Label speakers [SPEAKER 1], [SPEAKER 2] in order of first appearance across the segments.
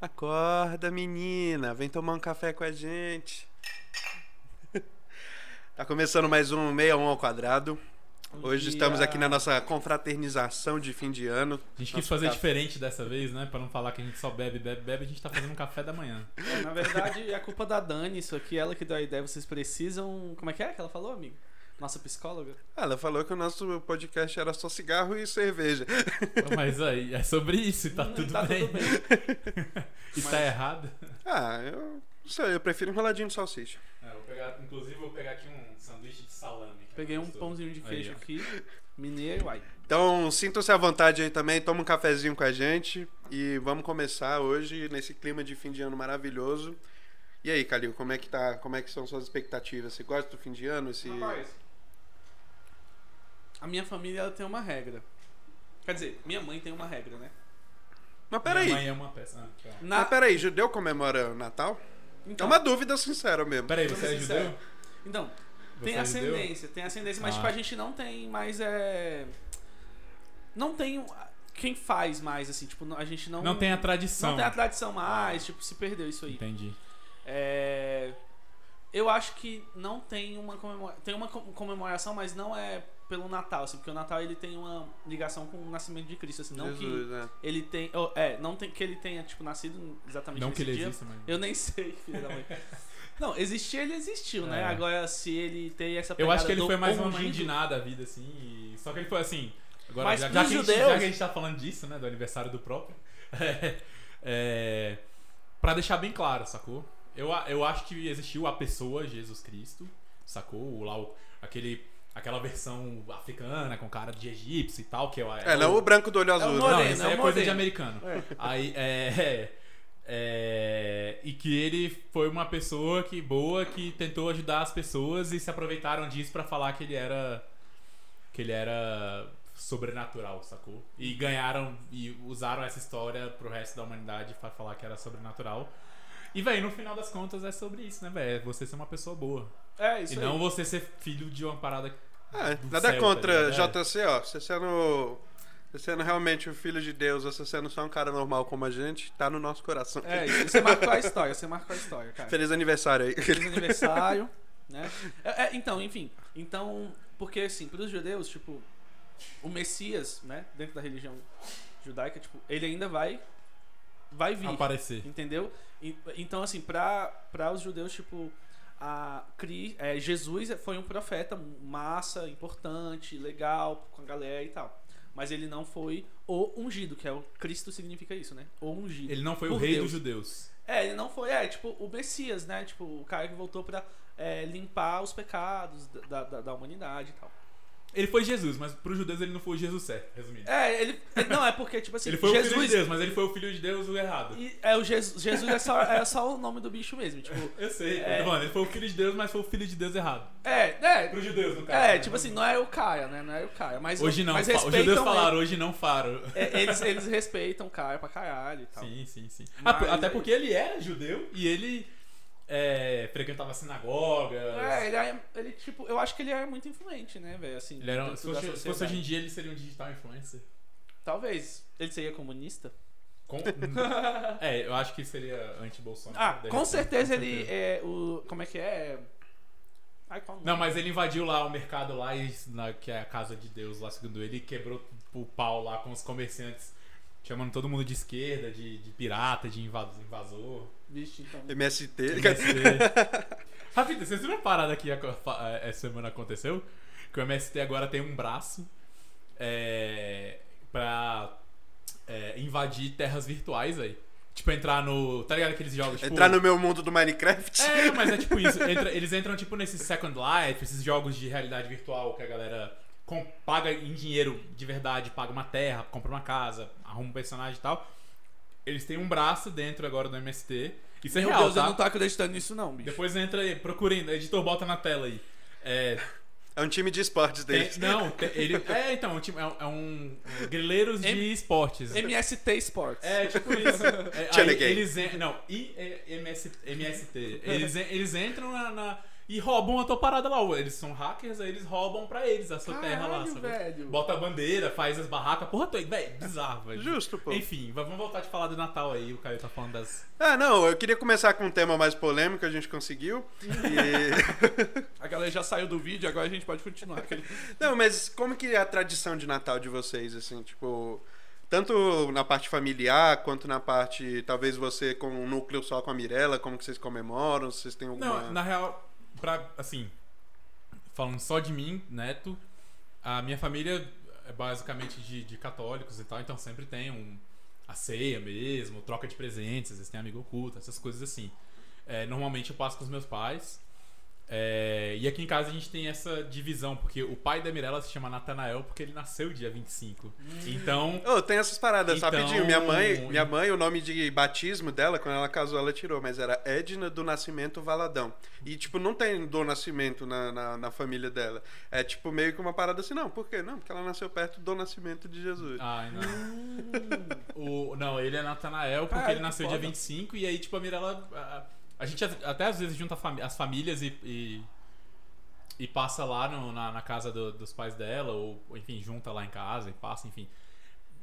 [SPEAKER 1] Acorda, menina, vem tomar um café com a gente. tá começando mais um 61 ao quadrado.
[SPEAKER 2] Bom
[SPEAKER 1] Hoje
[SPEAKER 2] dia.
[SPEAKER 1] estamos aqui na nossa confraternização de fim de ano.
[SPEAKER 3] A gente quis
[SPEAKER 1] Nosso
[SPEAKER 3] fazer
[SPEAKER 1] café.
[SPEAKER 3] diferente dessa vez, né? Pra não falar que a gente só bebe, bebe, bebe, a gente tá fazendo um café da manhã.
[SPEAKER 2] É, na verdade, é culpa da Dani, isso aqui, ela que deu a ideia, vocês precisam. Como é que é que ela falou, amigo? Nossa psicóloga?
[SPEAKER 1] Ah, Ela falou que o nosso podcast era só cigarro e cerveja.
[SPEAKER 3] Mas aí, é sobre isso, e tá
[SPEAKER 2] Hum,
[SPEAKER 3] tudo
[SPEAKER 2] tá
[SPEAKER 3] bem.
[SPEAKER 2] tudo bem.
[SPEAKER 3] E tá errado.
[SPEAKER 1] Ah, eu não sei, eu prefiro um roladinho de salsicha.
[SPEAKER 3] É, vou pegar, inclusive, vou pegar aqui um sanduíche de salame. que é
[SPEAKER 2] Peguei um
[SPEAKER 3] gostoso.
[SPEAKER 2] pãozinho de
[SPEAKER 3] Aí,
[SPEAKER 2] queijo
[SPEAKER 3] ó.
[SPEAKER 2] aqui, mineiro, uai.
[SPEAKER 1] Então, sintam-se à vontade aí também, toma um cafezinho com a gente e vamos começar hoje nesse clima de fim de ano maravilhoso. E aí, Calil, como é que tá? Como é que são suas expectativas? Você gosta do fim de ano? Esse...
[SPEAKER 2] A minha família ela tem uma regra. Quer dizer, minha mãe tem uma regra, né?
[SPEAKER 1] Mas
[SPEAKER 3] Minha
[SPEAKER 1] peraí.
[SPEAKER 3] mãe é uma peça. Ah, tá.
[SPEAKER 1] Mas
[SPEAKER 2] Na...
[SPEAKER 1] peraí, judeu comemora o Natal?
[SPEAKER 2] Então,
[SPEAKER 1] É uma dúvida sincera mesmo.
[SPEAKER 3] Peraí,
[SPEAKER 2] Vamos
[SPEAKER 3] você é
[SPEAKER 2] ser sincero.
[SPEAKER 3] judeu?
[SPEAKER 2] então,
[SPEAKER 3] Você
[SPEAKER 2] tem
[SPEAKER 3] é judeu?
[SPEAKER 2] ascendência, tem ascendência, mas
[SPEAKER 3] Ah.
[SPEAKER 2] tipo, a gente não tem mais. É... Não tem. um- Quem faz mais, assim, tipo, a gente não.
[SPEAKER 3] Não tem a tradição.
[SPEAKER 2] não tem a tradição mais, tipo, se perdeu isso aí.
[SPEAKER 3] Entendi.
[SPEAKER 2] É, eu acho que não tem uma comemoração. Tem uma co- comemoração, mas não é pelo Natal, assim, porque o Natal ele tem uma ligação com o nascimento de Cristo, assim, não
[SPEAKER 1] Jesus, né?
[SPEAKER 2] que ele tem, oh, é, não tem que ele tenha tipo nascido exatamente
[SPEAKER 3] Não
[SPEAKER 2] nesse
[SPEAKER 3] que ele
[SPEAKER 2] dia.
[SPEAKER 3] exista, mas.
[SPEAKER 2] Eu nem sei, filho da mãe. Não, existir ele existiu, né?
[SPEAKER 3] É.
[SPEAKER 2] Agora se ele tem essa
[SPEAKER 3] Eu
[SPEAKER 2] pegada
[SPEAKER 3] acho que ele
[SPEAKER 2] do
[SPEAKER 3] foi mais um uma
[SPEAKER 2] ungido,
[SPEAKER 3] mãe de nada a vida, assim. e- Só que ele foi assim. Agora,
[SPEAKER 2] Mas
[SPEAKER 3] já,
[SPEAKER 2] pros
[SPEAKER 3] já que a gente-
[SPEAKER 2] judeus-
[SPEAKER 3] já que a gente tá falando disso, né? Do aniversário do próprio. É, é, pra deixar bem claro, sacou? Eu, a- eu acho que existiu a pessoa Jesus Cristo, sacou? O, lá, o- aquele, aquela versão africana com cara de egípcio e tal, que eu,
[SPEAKER 1] É, não o branco do olho
[SPEAKER 2] o
[SPEAKER 1] azul, né?
[SPEAKER 2] Moreno.
[SPEAKER 3] não, isso
[SPEAKER 2] é
[SPEAKER 3] aí é
[SPEAKER 2] um
[SPEAKER 3] coisa de
[SPEAKER 2] modelo.
[SPEAKER 3] americano. Aí, é, é, e que ele foi uma pessoa que boa, que tentou ajudar as pessoas e se aproveitaram disso pra falar que ele era que ele era sobrenatural, sacou? E ganharam e usaram essa história pro resto da humanidade pra falar que era sobrenatural. E véi, no final das contas é sobre isso, né, velho? Você ser uma pessoa boa.
[SPEAKER 2] É isso
[SPEAKER 3] e
[SPEAKER 2] aí.
[SPEAKER 3] não você ser filho de uma parada
[SPEAKER 1] É,
[SPEAKER 3] do
[SPEAKER 1] nada
[SPEAKER 3] céu,
[SPEAKER 1] contra
[SPEAKER 3] tá ligado?
[SPEAKER 1] JC, ó. Você sendo, você sendo realmente o filho de Deus, você sendo só um cara normal como a gente, tá no nosso coração.
[SPEAKER 2] É isso. Você marcou a história, você marcou a história, cara.
[SPEAKER 1] Feliz aniversário aí.
[SPEAKER 2] Feliz aniversário, né? É, é, então, enfim. Então, porque assim, para os judeus, tipo, o Messias, né, dentro da religião judaica, tipo, ele ainda vai vai vir,
[SPEAKER 3] aparecer.
[SPEAKER 2] entendeu? E- Então, assim, pra para os judeus, tipo, a Cri, é, Jesus foi um profeta massa, importante, legal com a galera e tal. Mas ele não foi o ungido, que é o Cristo significa isso, né? O ungido.
[SPEAKER 3] Ele não foi o
[SPEAKER 2] Por
[SPEAKER 3] rei
[SPEAKER 2] Deus.
[SPEAKER 3] dos judeus.
[SPEAKER 2] É, ele não foi, é, tipo, o Messias, né? Tipo, o cara que voltou pra é, limpar os pecados da, da, da humanidade e tal.
[SPEAKER 3] Ele foi Jesus, mas pros judeus ele não foi o Jesus certo, resumindo.
[SPEAKER 2] É, ele. ele- Não, é porque, tipo assim,
[SPEAKER 3] ele foi o filho
[SPEAKER 2] Jesus.
[SPEAKER 3] de Deus, mas ele foi o filho de Deus o errado.
[SPEAKER 2] e- é, o Jesus, Jesus é só, é só o nome do bicho mesmo, tipo.
[SPEAKER 3] Eu sei,
[SPEAKER 2] É.
[SPEAKER 3] mano, ele foi o filho de Deus, mas foi o filho de Deus errado.
[SPEAKER 2] É, é.
[SPEAKER 3] Pros judeus, no caso.
[SPEAKER 2] É,
[SPEAKER 3] né?
[SPEAKER 2] tipo assim, não é o cara, né? Não é o cara. Mas,
[SPEAKER 3] Hoje não,
[SPEAKER 2] mas
[SPEAKER 3] fa- os judeus
[SPEAKER 2] respeitam
[SPEAKER 3] falaram, hoje não faro.
[SPEAKER 2] ele. É, eles, eles respeitam o cara pra caralho e tal.
[SPEAKER 3] Sim, sim, sim.
[SPEAKER 2] Mas
[SPEAKER 3] Ah, por- até
[SPEAKER 2] aí-
[SPEAKER 3] porque ele era judeu e ele é, frequentava sinagogas.
[SPEAKER 2] É, ele, é, ele, tipo, eu acho que ele é muito influente, né, velho? Assim,
[SPEAKER 3] Ele era um-
[SPEAKER 2] dentro
[SPEAKER 3] se,
[SPEAKER 2] da
[SPEAKER 3] fosse, se fosse
[SPEAKER 2] sociedade.
[SPEAKER 3] hoje em dia, ele seria um digital influencer.
[SPEAKER 2] Talvez. Ele seria comunista?
[SPEAKER 3] Com- é, eu acho que seria anti-Bolsonaro.
[SPEAKER 2] Ah,
[SPEAKER 3] deve
[SPEAKER 2] com
[SPEAKER 3] ser,
[SPEAKER 2] certeza
[SPEAKER 3] com
[SPEAKER 2] ele é o. Como é que é? Ai, qual o nome?
[SPEAKER 3] Não, mas ele invadiu lá o mercado lá, e- na- que é a casa de Deus lá, segundo ele, e quebrou o pau lá com os comerciantes, chamando todo mundo de esquerda, de, de pirata, de inva- invasor.
[SPEAKER 2] Vixe, então.
[SPEAKER 1] MST.
[SPEAKER 3] MST. Rapidinho, vocês viram uma parada que aco- fa- eh, essa semana aconteceu? Que o MST agora tem um braço é, pra é, invadir terras virtuais aí. Tipo, entrar no. Tá ligado aqueles jogos? Tipo,
[SPEAKER 1] Entrar no meu mundo do Minecraft?
[SPEAKER 3] é, mas é tipo isso. Entra- eles entram tipo nesse Second Life, esses jogos de realidade virtual que a galera com- paga em dinheiro de verdade, paga uma terra, compra uma casa, arruma um personagem e tal. Eles têm um braço dentro agora do MST. Isso é
[SPEAKER 2] Meu
[SPEAKER 3] real,
[SPEAKER 2] Deus,
[SPEAKER 3] tá?
[SPEAKER 2] eu não tô acreditando nisso, não, bicho.
[SPEAKER 3] Depois entra aí, procurem, editor bota na tela aí. É,
[SPEAKER 1] É um time de esportes
[SPEAKER 3] tem-
[SPEAKER 1] deles.
[SPEAKER 3] não, tem- ele. É, então, tipo, é, um- é um. Grileiros de
[SPEAKER 2] M-
[SPEAKER 3] esportes.
[SPEAKER 2] MST Sports.
[SPEAKER 3] É, tipo isso. É,
[SPEAKER 1] Channel
[SPEAKER 3] aí
[SPEAKER 1] Game.
[SPEAKER 3] eles en- Não, IMST. Eles, en- eles entram na, na- e roubam a tua parada lá. Eles são hackers, aí eles roubam pra eles a sua terra lá.
[SPEAKER 2] Caralho,
[SPEAKER 3] sabe?
[SPEAKER 2] velho.
[SPEAKER 3] Bota a bandeira, faz as barracas, porra toda. Velho, bizarro, velho.
[SPEAKER 1] Justo, pô.
[SPEAKER 3] Enfim, va- vamos voltar de falar do Natal aí. O Caio tá falando das.
[SPEAKER 1] Ah, não, eu queria começar com um tema mais polêmico, a gente conseguiu. E-
[SPEAKER 2] A galera já saiu do vídeo, agora a gente pode continuar. Aquele-
[SPEAKER 1] não, mas como que é a tradição de Natal de vocês, assim, tipo... Tanto na parte familiar, quanto na parte, talvez você com um núcleo só com a Mirella, como que vocês comemoram, se vocês têm alguma...
[SPEAKER 3] Não, na real, pra, assim, falando só de mim, neto, a minha família é basicamente de, de católicos e tal, então sempre tem um, a ceia mesmo, troca de presentes, às vezes tem amigo oculto, essas coisas assim. É, normalmente eu passo com os meus pais. é, e aqui em casa a gente tem essa divisão, porque o pai da Mirella se chama Natanael porque ele nasceu dia 25. Então,
[SPEAKER 1] Ô, tem essas paradas,
[SPEAKER 3] Então-
[SPEAKER 1] rapidinho. Minha mãe, minha mãe, o nome de batismo dela, quando ela casou, ela tirou, mas era Edna do Nascimento Valadão. E, tipo, não tem do Nascimento na, na, na família dela. É, tipo, meio que uma parada assim, não, por quê? Não, porque ela nasceu perto do Nascimento de Jesus.
[SPEAKER 3] Ai, não. o, não, ele é Natanael porque
[SPEAKER 2] Caralho,
[SPEAKER 3] ele nasceu
[SPEAKER 2] que
[SPEAKER 3] dia
[SPEAKER 2] foda.
[SPEAKER 3] 25 e aí, tipo, a Mirella. A, a gente at- até às vezes junta fami- as famílias e. e e passa lá no- na, na casa do- dos pais dela, ou enfim, junta lá em casa e passa, enfim.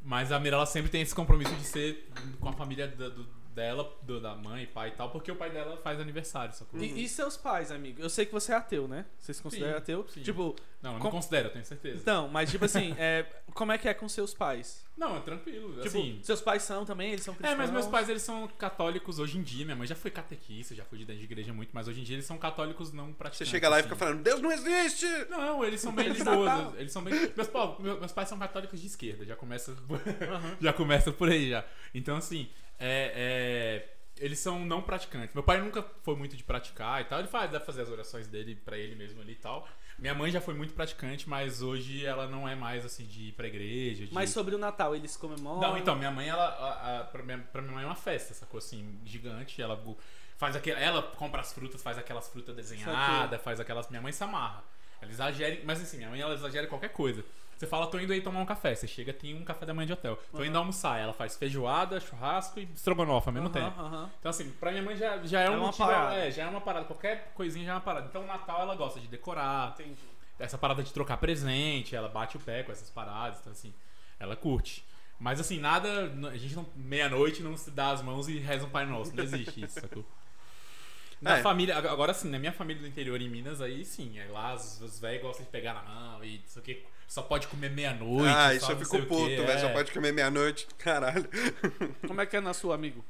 [SPEAKER 3] Mas a Mirella sempre tem esse compromisso de ser com a família da- do- dela, do- da mãe, pai e tal, porque o pai dela faz aniversário, sacou?
[SPEAKER 2] E, e seus pais, amigo? Eu sei que você é ateu, né? Você se considera
[SPEAKER 3] Sim,
[SPEAKER 2] ateu?
[SPEAKER 3] sim.
[SPEAKER 2] Tipo,
[SPEAKER 3] Não, eu não
[SPEAKER 2] Com-
[SPEAKER 3] considero, eu tenho certeza.
[SPEAKER 2] então, mas tipo assim, é, como é que é com seus pais?
[SPEAKER 3] Não, é tranquilo.
[SPEAKER 2] Tipo,
[SPEAKER 3] assim,
[SPEAKER 2] seus pais são também? Eles são cristãos?
[SPEAKER 3] É, mas meus pais eles são católicos hoje em dia. Minha mãe já foi catequista, já foi de dentro de igreja muito, mas hoje em dia eles são católicos não
[SPEAKER 1] Você
[SPEAKER 3] praticantes.
[SPEAKER 1] chega lá e
[SPEAKER 3] assim.
[SPEAKER 1] fica falando, Deus não existe!
[SPEAKER 3] Não, eles são bem de boas. Eles são bem. Meus, pa- meu- meus pais são católicos de esquerda, já começa, já começa por aí já. Então assim, é- é, eles são não praticantes. Meu pai nunca foi muito de praticar e tal. Ele faz, deve fazer as orações dele pra ele mesmo ali e tal. Minha mãe já foi muito praticante, mas hoje ela não é mais assim de ir pra igreja. De...
[SPEAKER 2] Mas sobre o Natal, eles comemoram?
[SPEAKER 3] Não, então, minha mãe, ela. A, a- pra, minha, pra minha mãe é uma festa, sacou assim, gigante. Ela gu- faz aquele, Ela compra as frutas, faz aquelas frutas desenhadas, faz aquelas. Minha mãe se amarra. Ela exagera, mas assim, minha mãe ela exagera em qualquer coisa. Você fala, tô indo aí tomar um café. Você chega, tem um café da manhã de hotel. Tô indo almoçar. Ela faz feijoada, churrasco e estrogonofe ao mesmo
[SPEAKER 2] Aham,
[SPEAKER 3] tempo.
[SPEAKER 2] aham.
[SPEAKER 3] Então, assim, pra minha mãe já, já é, um
[SPEAKER 2] uma
[SPEAKER 3] motivo-
[SPEAKER 2] parada.
[SPEAKER 3] É, já é uma parada. Qualquer coisinha já é uma parada. Então, o Natal ela gosta de decorar,
[SPEAKER 2] Entendi.
[SPEAKER 3] essa parada de trocar presente, ela bate o pé com essas paradas, então assim, ela curte. Mas assim, nada. n- A gente não. Meia-noite não se dá as mãos e reza um Pai Nosso. Não existe isso, sacou? Na
[SPEAKER 1] É.
[SPEAKER 3] família, ag- agora sim, na minha família do interior em Minas, aí sim, é lá os, os velhos gostam de pegar na mão e isso aqui, só pode comer meia-noite.
[SPEAKER 1] ah,
[SPEAKER 3] só
[SPEAKER 1] isso eu
[SPEAKER 3] não
[SPEAKER 1] fico
[SPEAKER 3] sei o quê,
[SPEAKER 1] puto, velho.
[SPEAKER 3] é.
[SPEAKER 1] Só pode comer meia-noite, caralho.
[SPEAKER 2] Como é que é na sua, amigo?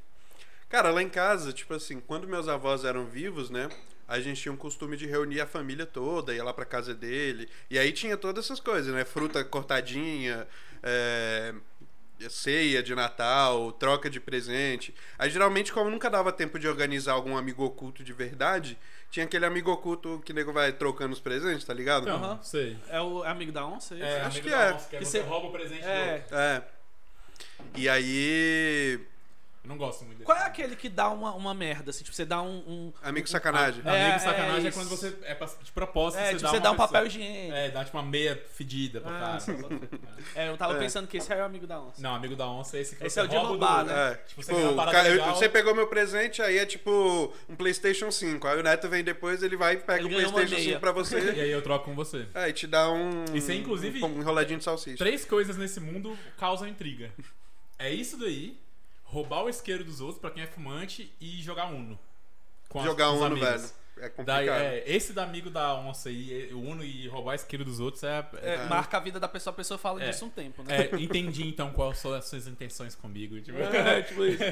[SPEAKER 1] Cara, lá em casa, tipo assim, quando meus avós eram vivos, né? A gente tinha um costume de reunir a família toda, ir lá pra casa dele. E aí tinha todas essas coisas, né? Fruta cortadinha, é, ceia de Natal, troca de presente. Aí geralmente, como nunca dava tempo de organizar algum amigo oculto de verdade, tinha aquele amigo oculto que nego vai trocando os presentes, tá ligado?
[SPEAKER 3] Então,
[SPEAKER 2] Aham.
[SPEAKER 3] sei.
[SPEAKER 2] É o amigo da onça? isso?
[SPEAKER 3] É,
[SPEAKER 1] acho
[SPEAKER 3] acho
[SPEAKER 1] que
[SPEAKER 3] que
[SPEAKER 1] é.
[SPEAKER 3] Que
[SPEAKER 2] Que
[SPEAKER 3] você
[SPEAKER 2] cê-
[SPEAKER 3] rouba o presente do
[SPEAKER 2] É.
[SPEAKER 3] outro.
[SPEAKER 1] É. E aí.
[SPEAKER 3] Eu não gosto muito desse.
[SPEAKER 2] Qual é aquele que dá uma, uma merda? Assim, tipo, você dá um. um-
[SPEAKER 1] Amigo sacanagem.
[SPEAKER 3] Amigo
[SPEAKER 2] É, é
[SPEAKER 3] sacanagem é,
[SPEAKER 2] isso.
[SPEAKER 3] quando você. É pra- de propósito,
[SPEAKER 2] É,
[SPEAKER 3] você
[SPEAKER 2] tipo,
[SPEAKER 3] dá
[SPEAKER 2] você
[SPEAKER 3] uma
[SPEAKER 2] dá um
[SPEAKER 3] pessoa-
[SPEAKER 2] papel higiênico.
[SPEAKER 3] É, dá tipo uma meia fedida pra
[SPEAKER 2] Ah,
[SPEAKER 3] cara.
[SPEAKER 2] É, eu tava
[SPEAKER 1] É.
[SPEAKER 2] pensando que esse aí é o amigo da onça.
[SPEAKER 3] Não, amigo da onça é esse que
[SPEAKER 2] Esse
[SPEAKER 3] você
[SPEAKER 2] é o de
[SPEAKER 3] rouba
[SPEAKER 2] roubar,
[SPEAKER 3] do-
[SPEAKER 1] É,
[SPEAKER 2] né?
[SPEAKER 3] Tipo,
[SPEAKER 1] tipo,
[SPEAKER 3] você ganhou uma
[SPEAKER 1] o
[SPEAKER 3] parada
[SPEAKER 1] cara- eu-
[SPEAKER 3] legal.
[SPEAKER 1] você pegou meu presente, aí é tipo um PlayStation 5. Aí o Neto vem depois, ele vai e pega o
[SPEAKER 2] Ele ganhou uma
[SPEAKER 1] PlayStation
[SPEAKER 2] meia.
[SPEAKER 1] 5 pra
[SPEAKER 3] E
[SPEAKER 1] você.
[SPEAKER 3] aí eu troco com você.
[SPEAKER 1] aí te dá um.
[SPEAKER 3] Isso é, inclusive,
[SPEAKER 1] Um enroladinho de salsicha.
[SPEAKER 3] Três coisas nesse mundo causam intriga. É isso daí, roubar o isqueiro dos outros pra quem é fumante e jogar Uno. Com as-
[SPEAKER 1] Jogar
[SPEAKER 3] com os
[SPEAKER 1] Uno,
[SPEAKER 3] amigos.
[SPEAKER 1] velho. É complicado.
[SPEAKER 3] Daí, é, esse da amigo da onça aí, é, o Uno e roubar o isqueiro dos outros é...
[SPEAKER 2] É,
[SPEAKER 3] é-
[SPEAKER 2] Marca a vida da pessoa, a pessoa fala
[SPEAKER 3] É.
[SPEAKER 2] disso um tempo, né?
[SPEAKER 3] é, entendi então quais são as suas intenções comigo. Tipo,
[SPEAKER 2] É, tipo isso.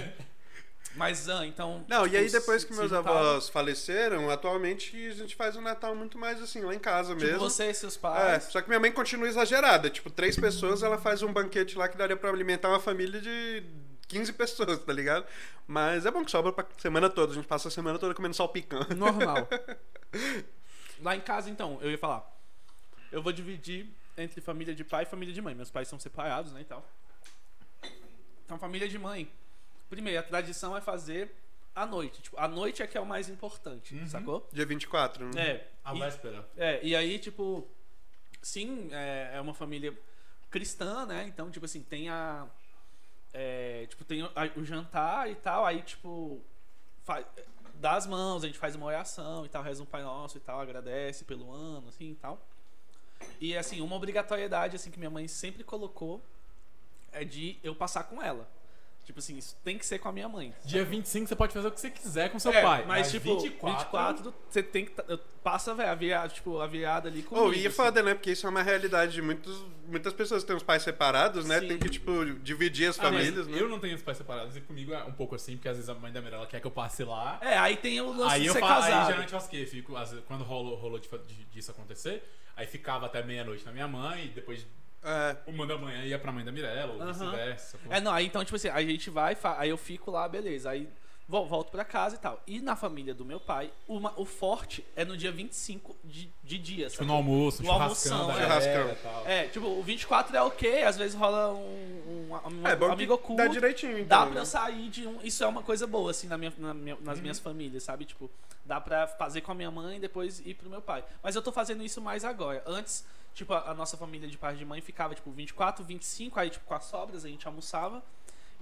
[SPEAKER 2] Mas, ah, então.
[SPEAKER 1] Não, e
[SPEAKER 2] tipo,
[SPEAKER 1] aí depois
[SPEAKER 2] se-
[SPEAKER 1] que
[SPEAKER 2] se
[SPEAKER 1] meus
[SPEAKER 3] tá
[SPEAKER 2] juntaram,
[SPEAKER 1] avós faleceram, atualmente a gente faz um Natal muito mais assim, lá em casa
[SPEAKER 2] Tipo,
[SPEAKER 1] mesmo.
[SPEAKER 2] você e seus
[SPEAKER 1] É,
[SPEAKER 2] pais.
[SPEAKER 1] só que minha mãe continua exagerada. Tipo, três pessoas, ela faz um banquete lá que daria pra alimentar uma família de 15 pessoas, tá ligado? Mas é bom que sobra pra semana toda. A gente passa a semana toda comendo salpicão.
[SPEAKER 2] Normal. Lá em casa, então, eu ia falar. Eu vou dividir entre família de pai e família de mãe. Meus pais são separados, né, e tal. Então, família de mãe. Primeiro, a tradição é fazer à noite. Tipo, a noite é que é o mais importante,
[SPEAKER 3] Uhum.
[SPEAKER 2] sacou?
[SPEAKER 1] Dia 24, né?
[SPEAKER 2] É.
[SPEAKER 3] A
[SPEAKER 2] e-
[SPEAKER 3] véspera.
[SPEAKER 2] É, e aí, tipo, sim, é, é uma família cristã, né? Então, tipo assim, tem a. é, tipo, tem o, a- o jantar e tal, aí, tipo. fa- dá as mãos, a gente faz uma oração e tal, reza um Pai Nosso e tal, agradece pelo ano, assim e tal. E assim, uma obrigatoriedade assim que minha mãe sempre colocou é de eu passar com ela. Tipo assim, isso tem que ser com a minha mãe.
[SPEAKER 3] Dia 25 você pode fazer o que você quiser com seu
[SPEAKER 2] É,
[SPEAKER 3] pai.
[SPEAKER 2] Mas, tipo, 24,
[SPEAKER 3] 24, né?
[SPEAKER 2] você tem que. tá- eu- Passa véi, a virada, tipo, a virada ali com assim.
[SPEAKER 1] Ou e é foda, né? Porque isso é uma realidade de muitos, muitas pessoas que têm os pais separados, né?
[SPEAKER 2] Sim.
[SPEAKER 1] Tem que, tipo, dividir as
[SPEAKER 2] Ah, mas
[SPEAKER 1] famílias, né?
[SPEAKER 3] Eu não tenho os pais separados e comigo é um pouco assim, porque às vezes a mãe da Mirella quer que eu passe lá.
[SPEAKER 2] É, aí tem o lance
[SPEAKER 3] aí
[SPEAKER 2] de
[SPEAKER 3] eu
[SPEAKER 2] ser
[SPEAKER 3] fa- aí é, tipo,
[SPEAKER 2] casado.
[SPEAKER 3] geralmente eu faço o quê? Fico, às vezes, quando rolou, rolou de, fa- de- disso acontecer, aí ficava até meia-noite na minha mãe, e depois
[SPEAKER 1] É.
[SPEAKER 3] uma da manhã ia pra mãe da Mirella, ou
[SPEAKER 2] Aham.
[SPEAKER 3] vice-versa.
[SPEAKER 2] É, não, aí então, tipo assim, a gente vai, fa- aí eu fico lá, beleza. Aí vol- volto pra casa e tal. E na família do meu pai, uma- o forte é no dia 25 de, de dia,
[SPEAKER 3] Tipo,
[SPEAKER 2] sabe?
[SPEAKER 3] no almoço, um
[SPEAKER 2] O
[SPEAKER 3] churrascão.
[SPEAKER 2] almoção,
[SPEAKER 3] da
[SPEAKER 1] é.
[SPEAKER 3] galera
[SPEAKER 1] Churrascão.
[SPEAKER 3] e tal.
[SPEAKER 2] É, tipo, o 24 é ok, às vezes rola um, um, um
[SPEAKER 1] É bom que
[SPEAKER 2] amigo oculto.
[SPEAKER 1] dá direitinho, então.
[SPEAKER 2] Dá pra
[SPEAKER 1] né?
[SPEAKER 2] eu sair de um. Isso é uma coisa boa, assim, na minha, na minha- nas
[SPEAKER 3] Uhum.
[SPEAKER 2] minhas famílias, sabe? Tipo, dá pra fazer com a minha mãe e depois ir pro meu pai. Mas eu tô fazendo isso mais agora. Antes, tipo, a, a nossa família de pai e de mãe ficava, tipo, 24, 25, aí, tipo, com as sobras a gente almoçava.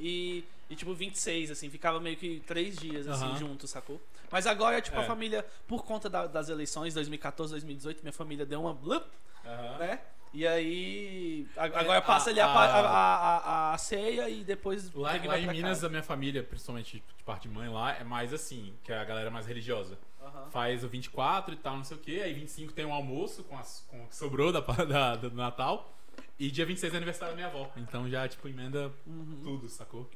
[SPEAKER 2] E, e tipo, 26, assim, ficava meio que três dias, assim,
[SPEAKER 3] Aham.
[SPEAKER 2] junto, sacou? Mas agora, tipo, a
[SPEAKER 3] É.
[SPEAKER 2] família, por conta da- das eleições, 2014, 2018, minha família deu uma. blup,
[SPEAKER 3] Aham.
[SPEAKER 2] né? E aí. a-
[SPEAKER 3] É,
[SPEAKER 2] Agora
[SPEAKER 3] a-
[SPEAKER 2] passa ali a,
[SPEAKER 3] a-
[SPEAKER 2] pa- a, a, a- a ceia e depois.
[SPEAKER 3] Lá,
[SPEAKER 2] tem que
[SPEAKER 3] lá
[SPEAKER 2] vai
[SPEAKER 3] em
[SPEAKER 2] pra
[SPEAKER 3] Minas,
[SPEAKER 2] casa.
[SPEAKER 3] a minha família, principalmente tipo, de parte de mãe lá, é mais assim, que é a galera mais religiosa.
[SPEAKER 2] é- Aham.
[SPEAKER 3] Faz o 24 e tal, não sei o quê. Aí 25 tem um almoço com, as, com o que sobrou da, pa- da- do Natal. E dia 26 é aniversário da minha avó. Então já, tipo, emenda
[SPEAKER 2] Uhum.
[SPEAKER 3] tudo, sacou?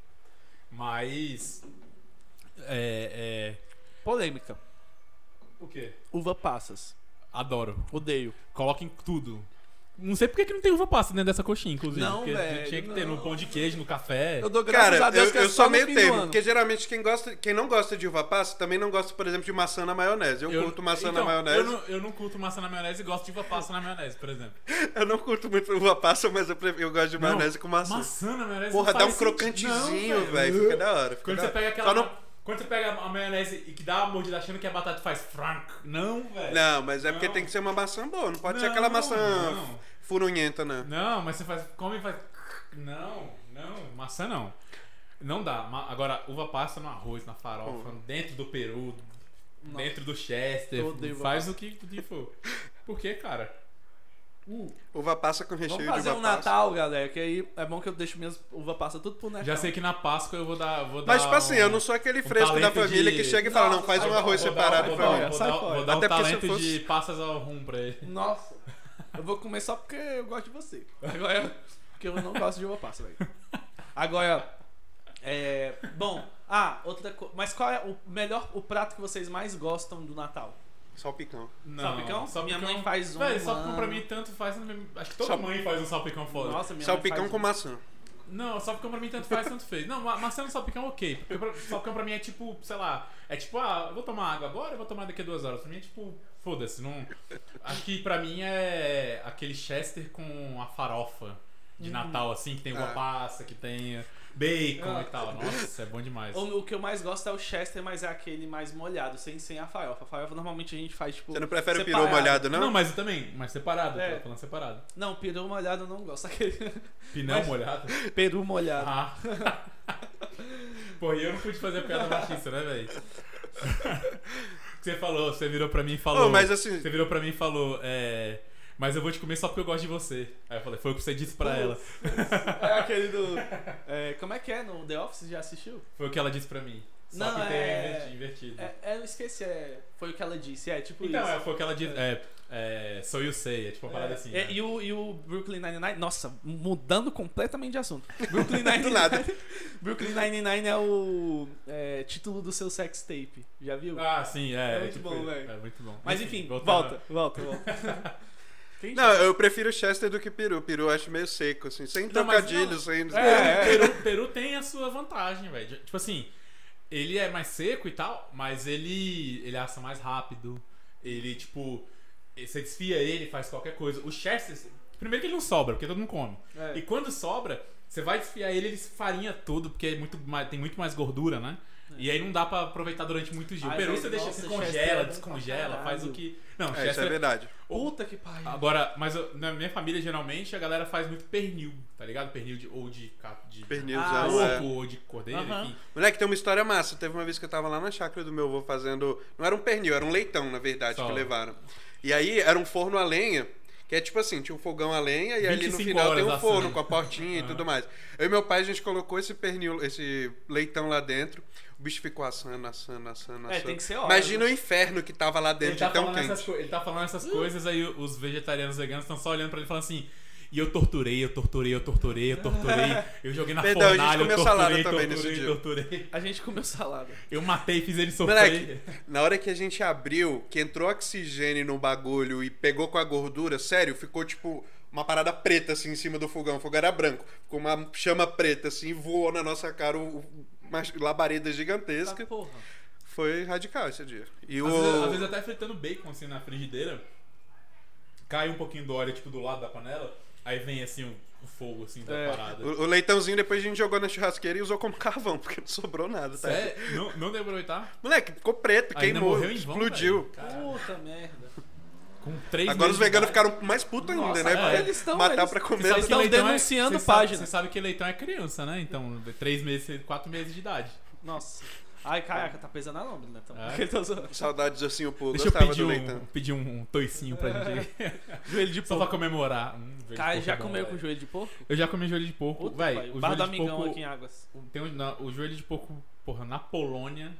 [SPEAKER 3] Mas. É, é.
[SPEAKER 2] Polêmica.
[SPEAKER 3] O quê?
[SPEAKER 2] Uva passas.
[SPEAKER 3] Adoro.
[SPEAKER 2] Odeio.
[SPEAKER 3] Coloquem tudo. Não sei por que que não tem uva passa dentro dessa coxinha, inclusive.
[SPEAKER 2] Não,
[SPEAKER 3] porque
[SPEAKER 2] velho,
[SPEAKER 3] tinha que ter no
[SPEAKER 2] não.
[SPEAKER 3] pão de queijo, no café.
[SPEAKER 2] Eu dou graças
[SPEAKER 1] Cara,
[SPEAKER 2] a Deus
[SPEAKER 1] eu,
[SPEAKER 2] que é
[SPEAKER 1] eu
[SPEAKER 2] só
[SPEAKER 1] sou
[SPEAKER 2] no
[SPEAKER 1] meio
[SPEAKER 2] fim do
[SPEAKER 1] termo,
[SPEAKER 2] ano.
[SPEAKER 1] porque geralmente quem, gosta, quem não gosta de uva passa também não gosta, por exemplo, de maçã na maionese. Eu, curto maçã
[SPEAKER 3] então,
[SPEAKER 1] na maionese.
[SPEAKER 3] Eu não, eu não curto maçã na maionese e gosto de uva passa na maionese, por exemplo.
[SPEAKER 1] curto muito uva passa, mas eu, prefiro- eu gosto de maionese com maçã.
[SPEAKER 3] Maçã na
[SPEAKER 2] é
[SPEAKER 3] maionese
[SPEAKER 1] Porra,
[SPEAKER 3] não
[SPEAKER 1] dá um
[SPEAKER 3] faz sentido. Não,
[SPEAKER 1] crocantezinho, velho. Fica da hora. fica
[SPEAKER 3] Quando
[SPEAKER 1] da
[SPEAKER 3] você
[SPEAKER 1] hora.
[SPEAKER 3] pega aquela.
[SPEAKER 1] Só não...
[SPEAKER 3] Quando você pega a maionese e que dá uma mordida achando que a batata faz frank. Não, velho.
[SPEAKER 1] não, mas é porque
[SPEAKER 3] Não.
[SPEAKER 1] tem que ser uma maçã boa. Não pode ser
[SPEAKER 3] Não,
[SPEAKER 1] aquela maçã
[SPEAKER 3] não.
[SPEAKER 1] furunhenta, né?
[SPEAKER 3] Não, mas você faz. Come e faz. Não, não. Maçã não. Não dá. Ma- Agora, uva passa no arroz, na farofa, dentro do peru, dentro do chester.
[SPEAKER 2] Eu odeio uva
[SPEAKER 3] Faz o que o que for. Por que, cara?
[SPEAKER 1] Uva passa com recheio de
[SPEAKER 2] Vamos fazer
[SPEAKER 1] uva
[SPEAKER 2] um
[SPEAKER 1] passa.
[SPEAKER 2] Natal, galera, que aí é bom que eu deixo minhas uva passa tudo pro Natal.
[SPEAKER 3] Já sei que na Páscoa eu vou dar. Vou
[SPEAKER 1] Mas,
[SPEAKER 3] dar
[SPEAKER 1] tipo assim,
[SPEAKER 3] um-
[SPEAKER 1] eu não sou aquele fresco da
[SPEAKER 3] talento
[SPEAKER 1] família
[SPEAKER 3] de-
[SPEAKER 1] que chega e fala, não,
[SPEAKER 2] Nossa,
[SPEAKER 1] faz um
[SPEAKER 2] sai
[SPEAKER 1] arroz
[SPEAKER 2] fora,
[SPEAKER 1] separado
[SPEAKER 2] vou
[SPEAKER 1] pra
[SPEAKER 2] dar-
[SPEAKER 1] mim.
[SPEAKER 2] vou sai
[SPEAKER 3] Vou dar,
[SPEAKER 2] fora.
[SPEAKER 3] vou dar
[SPEAKER 1] Até
[SPEAKER 3] um
[SPEAKER 1] porque se eu
[SPEAKER 3] talento
[SPEAKER 1] fosse-
[SPEAKER 3] de passas ao rum pra ele.
[SPEAKER 2] Nossa. eu vou comer só porque eu gosto de você. Agora, porque eu não gosto de uva passa, velho. Agora, é... Bom, ah, outra coisa. Mas qual é o melhor, o prato que vocês mais gostam do Natal?
[SPEAKER 1] Salpicão.
[SPEAKER 3] Não,
[SPEAKER 2] Salpicão? Minha mãe faz um,
[SPEAKER 3] Véi, salpicão
[SPEAKER 2] mano.
[SPEAKER 3] pra mim tanto faz. Acho que toda
[SPEAKER 1] Sal-
[SPEAKER 3] mãe faz um salpicão foda.
[SPEAKER 2] Nossa, minha
[SPEAKER 1] Salpicão
[SPEAKER 2] mãe faz
[SPEAKER 1] com maçã.
[SPEAKER 3] Não, salpicão pra mim tanto faz, tanto fez. Não, ma- maçã no salpicão, ok. Porque pra- salpicão pra mim é tipo, sei lá. É tipo, ah, eu vou tomar água agora, eu vou tomar daqui a duas horas. Pra mim é tipo, foda-se. Não... Acho que pra mim é aquele Chester com a farofa
[SPEAKER 2] Uhum.
[SPEAKER 3] de Natal, assim, que tem uva
[SPEAKER 1] Ah.
[SPEAKER 3] passa, que tem bacon
[SPEAKER 2] Ah.
[SPEAKER 3] e tal. Nossa, é bom demais.
[SPEAKER 2] O, o que eu mais gosto é o Chester, mas é aquele mais molhado, sem, sem a farofa. A farofa normalmente a gente faz, tipo.
[SPEAKER 1] Você não prefere o peru
[SPEAKER 2] separado.
[SPEAKER 1] molhado,
[SPEAKER 3] Não,
[SPEAKER 1] não?
[SPEAKER 3] mas eu também, mas separado,
[SPEAKER 2] É.
[SPEAKER 3] tava falando separado.
[SPEAKER 2] Não, peru molhado eu não gosto. Aquele
[SPEAKER 3] Pinão
[SPEAKER 2] Mas-
[SPEAKER 3] molhado.
[SPEAKER 2] peru molhado.
[SPEAKER 3] Ah. Pô, e eu não pude fazer a piada machista, né, velho? Você falou, você virou pra mim e falou.
[SPEAKER 1] Ô, mas assim-
[SPEAKER 3] Você virou pra mim e falou, é. Mas eu vou te comer só porque eu gosto de você. Aí eu falei, foi o que você disse pra ela.
[SPEAKER 2] É aquele do. é, como é que é? No The Office já assistiu?
[SPEAKER 3] Foi o que ela disse pra mim. Só
[SPEAKER 2] Não,
[SPEAKER 3] que tem
[SPEAKER 2] é-
[SPEAKER 3] inverti- invertido.
[SPEAKER 2] É, é, eu esqueci, é, foi o que ela disse. É tipo
[SPEAKER 3] Então,
[SPEAKER 2] isso.
[SPEAKER 3] é, foi o que ela disse. É, é, sou eu sei, é tipo uma parada assim.
[SPEAKER 2] É,
[SPEAKER 3] né?
[SPEAKER 2] e, o, e o Brooklyn Nine-Nine, nossa, mudando completamente de assunto. Brooklyn Nine-Nine,
[SPEAKER 1] Do nada.
[SPEAKER 2] Brooklyn Nine-Nine é o é, título do seu sex tape, já viu?
[SPEAKER 3] Ah, sim, é.
[SPEAKER 2] É muito
[SPEAKER 3] tipo,
[SPEAKER 2] bom, velho.
[SPEAKER 3] É muito bom.
[SPEAKER 2] Mas enfim,
[SPEAKER 3] voltando-
[SPEAKER 2] volta, volta, volta. Quem
[SPEAKER 1] Não, eu prefiro Chester do que peru. Peru eu acho meio seco, assim. Sem
[SPEAKER 3] Não, mas
[SPEAKER 1] trocadilhos, sem...
[SPEAKER 2] É, é.
[SPEAKER 3] Peru, Peru tem a sua vantagem, velho. De- Tipo assim, ele é mais seco e tal, mas ele ele assa mais rápido. Ele, tipo, você desfia ele, faz qualquer coisa. O Chester, primeiro que ele não sobra, porque todo mundo come.
[SPEAKER 2] É.
[SPEAKER 3] E quando sobra, você vai desfiar ele, ele se farinha todo, porque é muito mais- tem muito mais gordura, né? E aí não dá pra aproveitar durante muitos dias.
[SPEAKER 2] Às
[SPEAKER 3] O Peru
[SPEAKER 2] vezes,
[SPEAKER 3] você deixa,
[SPEAKER 2] nossa,
[SPEAKER 3] se
[SPEAKER 2] Chester é bom
[SPEAKER 3] congela,
[SPEAKER 2] pra
[SPEAKER 3] descongela,
[SPEAKER 2] caralho.
[SPEAKER 3] faz o que. Não,
[SPEAKER 1] É, isso é
[SPEAKER 3] Chester.
[SPEAKER 1] verdade.
[SPEAKER 2] Puta que pariu.
[SPEAKER 3] Agora, mas eu- na minha família, geralmente, a galera faz muito pernil, tá ligado? Pernil de, ou de, ca- de
[SPEAKER 1] Pernilzão,
[SPEAKER 2] Ah,
[SPEAKER 1] é.
[SPEAKER 3] porco, ou de cordeiro,
[SPEAKER 2] Aham.
[SPEAKER 3] enfim.
[SPEAKER 1] Moleque, tem uma história massa. Teve uma vez que eu tava lá na chácara do meu avô fazendo. Não era um pernil, era um leitão, na verdade,
[SPEAKER 3] Só.
[SPEAKER 1] que levaram. E aí era um forno a lenha, que é tipo assim: tinha um fogão a lenha e ali no
[SPEAKER 3] 25
[SPEAKER 1] final tem um
[SPEAKER 3] horas
[SPEAKER 1] forno
[SPEAKER 3] assando.
[SPEAKER 1] com a portinha e
[SPEAKER 3] Ah.
[SPEAKER 1] tudo mais. Eu e meu pai, a gente colocou esse pernil, esse leitão lá dentro. O bicho ficou assando, assando, assando,
[SPEAKER 2] É,
[SPEAKER 1] assando.
[SPEAKER 2] tem que ser hora,
[SPEAKER 1] Imagina o inferno que tava lá dentro,
[SPEAKER 3] Ele tá,
[SPEAKER 1] de tão
[SPEAKER 3] falando
[SPEAKER 1] quente.
[SPEAKER 3] essas, co- ele tá falando essas coisas, aí os vegetarianos veganos estão só olhando pra ele e falando assim. E eu torturei, eu torturei, eu torturei, eu torturei. Eu joguei na
[SPEAKER 1] Perdão, a gente
[SPEAKER 3] fornalha, eu
[SPEAKER 1] comeu
[SPEAKER 3] torturei,
[SPEAKER 1] salada também
[SPEAKER 3] torturei,
[SPEAKER 1] nesse dia."
[SPEAKER 3] torturei.
[SPEAKER 2] A gente comeu salada.
[SPEAKER 3] Eu matei, fiz ele
[SPEAKER 1] Moleque,
[SPEAKER 3] sofrer.
[SPEAKER 1] na hora que a gente abriu, que entrou oxigênio no bagulho e pegou com a gordura, sério, ficou tipo uma parada preta assim em cima do fogão. O fogão era branco. Ficou uma chama preta assim, voou na nossa cara o- o- uma labareda
[SPEAKER 2] Tá,
[SPEAKER 1] gigantesca.
[SPEAKER 2] porra.
[SPEAKER 1] Foi radical esse dia. E
[SPEAKER 3] Às, vezes, às
[SPEAKER 1] o.
[SPEAKER 3] vezes até fritando bacon assim na frigideira, cai um pouquinho do óleo tipo do lado da panela, aí vem assim o o fogo assim da
[SPEAKER 2] É.
[SPEAKER 3] parada.
[SPEAKER 1] O o leitãozinho depois a gente jogou na churrasqueira e usou como carvão, porque não sobrou nada, tá?
[SPEAKER 3] Sério? Não, não deu pra aproveitar?
[SPEAKER 1] Moleque, ficou preto,
[SPEAKER 3] Ainda
[SPEAKER 1] queimou,
[SPEAKER 3] morreu em vão,
[SPEAKER 1] explodiu.
[SPEAKER 3] velho. Caralho.
[SPEAKER 2] Puta merda.
[SPEAKER 3] Com três
[SPEAKER 1] Agora os
[SPEAKER 3] meses de
[SPEAKER 1] veganos
[SPEAKER 3] idade.
[SPEAKER 1] ficaram mais putos ainda,
[SPEAKER 2] Nossa,
[SPEAKER 1] né?
[SPEAKER 2] é,
[SPEAKER 1] Porque
[SPEAKER 2] eles tão-
[SPEAKER 1] Matar
[SPEAKER 2] eles-
[SPEAKER 1] pra
[SPEAKER 3] Você
[SPEAKER 1] comer.
[SPEAKER 3] sabe
[SPEAKER 2] Eles
[SPEAKER 3] que
[SPEAKER 2] tão
[SPEAKER 3] leitão é-
[SPEAKER 2] denunciando
[SPEAKER 3] você sabe-
[SPEAKER 2] página.
[SPEAKER 3] Você sabe que leitão é criança, né? Então, três meses, quatro meses de idade.
[SPEAKER 2] Nossa. Ai, caraca, tá pesando a lomba, né? Então,
[SPEAKER 3] É.
[SPEAKER 2] Ele tá zoando.
[SPEAKER 1] Saudades assim, o povo
[SPEAKER 3] Deixa eu
[SPEAKER 1] gostava
[SPEAKER 3] pedir
[SPEAKER 1] do
[SPEAKER 3] um,
[SPEAKER 1] leitão.
[SPEAKER 3] pedir um toicinho pra gente.
[SPEAKER 2] Joelho de
[SPEAKER 3] Só pra
[SPEAKER 2] porco.
[SPEAKER 3] comemorar. Hum, joelho de
[SPEAKER 2] Cara,
[SPEAKER 3] porco
[SPEAKER 2] já
[SPEAKER 3] é bom,
[SPEAKER 2] comeu com
[SPEAKER 3] velho.
[SPEAKER 2] joelho de porco?
[SPEAKER 3] Eu já comi joelho de porco.
[SPEAKER 2] Puta
[SPEAKER 3] Véi,
[SPEAKER 2] que pariu.
[SPEAKER 3] o
[SPEAKER 2] Bar do
[SPEAKER 3] joelho de
[SPEAKER 2] amigão
[SPEAKER 3] porco...
[SPEAKER 2] aqui em Águas.
[SPEAKER 3] Tem um, na- o joelho de porco, porra, na Polônia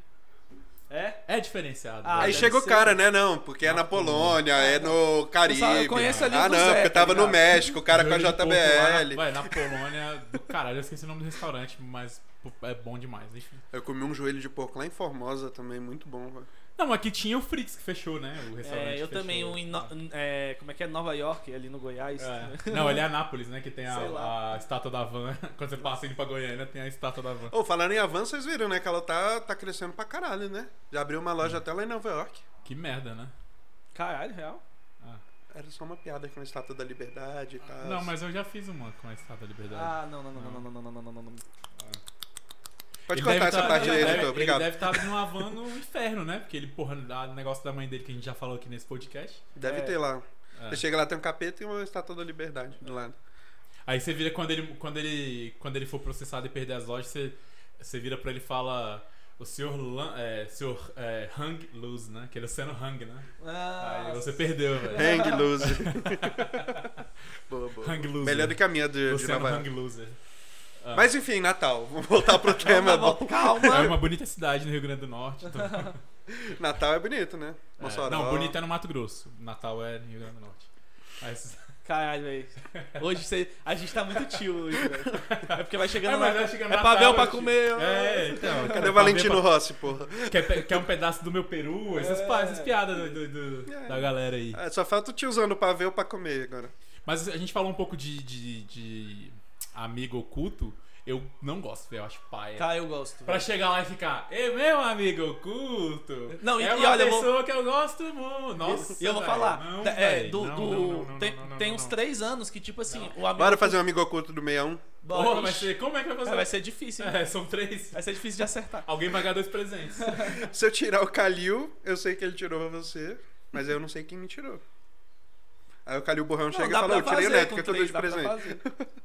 [SPEAKER 2] É?
[SPEAKER 3] é diferenciado.
[SPEAKER 2] Ah,
[SPEAKER 3] velho.
[SPEAKER 1] Aí
[SPEAKER 2] deve
[SPEAKER 1] chega o
[SPEAKER 2] ser.
[SPEAKER 1] cara, né? Não, porque é na
[SPEAKER 3] Na
[SPEAKER 1] Polônia,
[SPEAKER 3] né?
[SPEAKER 1] é no Caribe.
[SPEAKER 2] Eu conheço ali
[SPEAKER 1] ah,
[SPEAKER 2] do
[SPEAKER 1] não,
[SPEAKER 2] Zé,
[SPEAKER 1] porque eu
[SPEAKER 2] tá
[SPEAKER 1] tava no
[SPEAKER 2] ligado?
[SPEAKER 1] México, o cara com a
[SPEAKER 3] Joelho de porco lá na-
[SPEAKER 1] JBL.
[SPEAKER 3] Vai, na Polônia, do caralho, eu esqueci o nome do restaurante, mas pô, é bom demais. Enfim.
[SPEAKER 1] Eu comi um joelho de porco lá em Formosa também, muito bom. velho.
[SPEAKER 3] Não, aqui tinha o Fritz que fechou, né? O restaurante.
[SPEAKER 2] É,
[SPEAKER 3] fechou.
[SPEAKER 2] eu
[SPEAKER 3] Ah.
[SPEAKER 2] também, um em No- é, como é que é? Nova York, ali no Goiás. né?
[SPEAKER 3] É. Não, ele é Anápolis, né? Que tem
[SPEAKER 2] Sei
[SPEAKER 3] a,
[SPEAKER 2] lá.
[SPEAKER 3] a estátua da van. Quando você passa indo pra Goiânia, tem a estátua da van.
[SPEAKER 1] Ô, falando em avanço, vocês viram, né? Que ela tá, tá crescendo pra caralho, né? Já abriu uma loja até lá em Nova York.
[SPEAKER 3] Que merda, né?
[SPEAKER 2] Caralho, real.
[SPEAKER 3] Ah.
[SPEAKER 1] Era só uma piada com a estátua da liberdade e tal.
[SPEAKER 3] Não, mas eu já fiz uma com a estátua da liberdade.
[SPEAKER 2] Ah, não, não, não, não, não, não, não, não, não, não.
[SPEAKER 1] Pode
[SPEAKER 3] Ele
[SPEAKER 1] cortar
[SPEAKER 3] deve
[SPEAKER 1] essa
[SPEAKER 3] tá-
[SPEAKER 1] parte aí,
[SPEAKER 3] ele
[SPEAKER 1] editor.
[SPEAKER 3] deve-
[SPEAKER 1] Obrigado.
[SPEAKER 3] Ele deve estar abrindo uma van no inferno, né? Porque ele, porra, dá o negócio da mãe dele que a gente já falou aqui nesse podcast.
[SPEAKER 1] Deve
[SPEAKER 2] É.
[SPEAKER 1] ter lá.
[SPEAKER 3] É.
[SPEAKER 1] Você chega lá, tem um capeta e uma estátua da liberdade do lado.
[SPEAKER 3] Aí você vira quando ele, quando ele, quando ele for processado e perder as lojas, você, você vira pra ele e fala. O senhor, Lan- é, senhor é, Hang Luz, né? Que ele é o Luciano Hang, né?
[SPEAKER 2] Ah,
[SPEAKER 3] Aí você perdeu, velho.
[SPEAKER 1] Hang loose. boa, boa.
[SPEAKER 3] Hang né? Loser.
[SPEAKER 1] Melhor do que a minha de, de
[SPEAKER 3] Luciano
[SPEAKER 1] Nova York.
[SPEAKER 3] um Hang Loser. Ah.
[SPEAKER 1] Mas enfim, Natal. Vamos voltar pro tema.
[SPEAKER 2] calma, calma.
[SPEAKER 3] É uma bonita cidade no Rio Grande do Norte. então-
[SPEAKER 1] Natal é bonito, né?
[SPEAKER 3] É,
[SPEAKER 1] Mossoró.
[SPEAKER 3] não, bonita é no Mato Grosso. Natal é no Rio Grande do Norte. Aí,
[SPEAKER 2] Caralho, velho. Hoje você... a gente tá muito tio hoje, velho. É porque vai chegando
[SPEAKER 3] É,
[SPEAKER 2] na...
[SPEAKER 3] mas vai chegando
[SPEAKER 2] é
[SPEAKER 3] Natal,
[SPEAKER 2] pavel pra
[SPEAKER 3] tio.
[SPEAKER 2] comer.
[SPEAKER 3] é, então.
[SPEAKER 1] Cadê o Valentino Rossi, porra?
[SPEAKER 3] Quer, pe- quer um pedaço do meu peru? Essas,
[SPEAKER 2] É.
[SPEAKER 3] pa- essas piadas do- do- do-
[SPEAKER 1] É.
[SPEAKER 3] da galera aí.
[SPEAKER 1] Ah, só falta o tiozão do pavê ou pra comer agora.
[SPEAKER 3] Mas a gente falou um pouco de, de- de amigo oculto. Eu não gosto, velho. Eu acho paia.
[SPEAKER 2] Cara, Tá, eu gosto.
[SPEAKER 3] Pra
[SPEAKER 2] velho.
[SPEAKER 3] chegar lá e ficar, é meu amigo oculto.
[SPEAKER 2] Não, e-
[SPEAKER 3] é
[SPEAKER 2] e
[SPEAKER 3] uma
[SPEAKER 2] olha, eu vou-
[SPEAKER 3] pessoa que eu gosto muito. Nossa,
[SPEAKER 2] E eu vou
[SPEAKER 3] velho,
[SPEAKER 2] falar.
[SPEAKER 3] não,
[SPEAKER 2] Te- é,
[SPEAKER 3] velho,
[SPEAKER 2] do,
[SPEAKER 3] não,
[SPEAKER 2] do-
[SPEAKER 3] não, não, não,
[SPEAKER 2] tem,
[SPEAKER 3] não, não,
[SPEAKER 2] tem
[SPEAKER 3] não,
[SPEAKER 2] uns
[SPEAKER 3] não.
[SPEAKER 2] três anos que, tipo assim, o amigo.
[SPEAKER 1] Bora fazer um amigo oculto do 61?
[SPEAKER 2] Bora,
[SPEAKER 3] Porra, vai
[SPEAKER 2] ixi.
[SPEAKER 3] ser- como é que vai
[SPEAKER 2] É,
[SPEAKER 3] fazer?
[SPEAKER 2] vai ser difícil. hein?
[SPEAKER 3] É, são três.
[SPEAKER 2] Vai ser difícil de acertar.
[SPEAKER 3] Alguém vai ganhar dois presentes.
[SPEAKER 1] Se eu tirar o Calil, eu sei que ele tirou pra você, mas eu não sei quem me tirou. Aí o Calil Borrão chega e
[SPEAKER 2] dá
[SPEAKER 1] fala,
[SPEAKER 2] pra
[SPEAKER 1] eu tirei o
[SPEAKER 2] fazer
[SPEAKER 1] Neto,
[SPEAKER 2] com
[SPEAKER 1] que eu dou
[SPEAKER 2] três,
[SPEAKER 1] de
[SPEAKER 2] dá pra
[SPEAKER 1] presente.
[SPEAKER 2] fazer.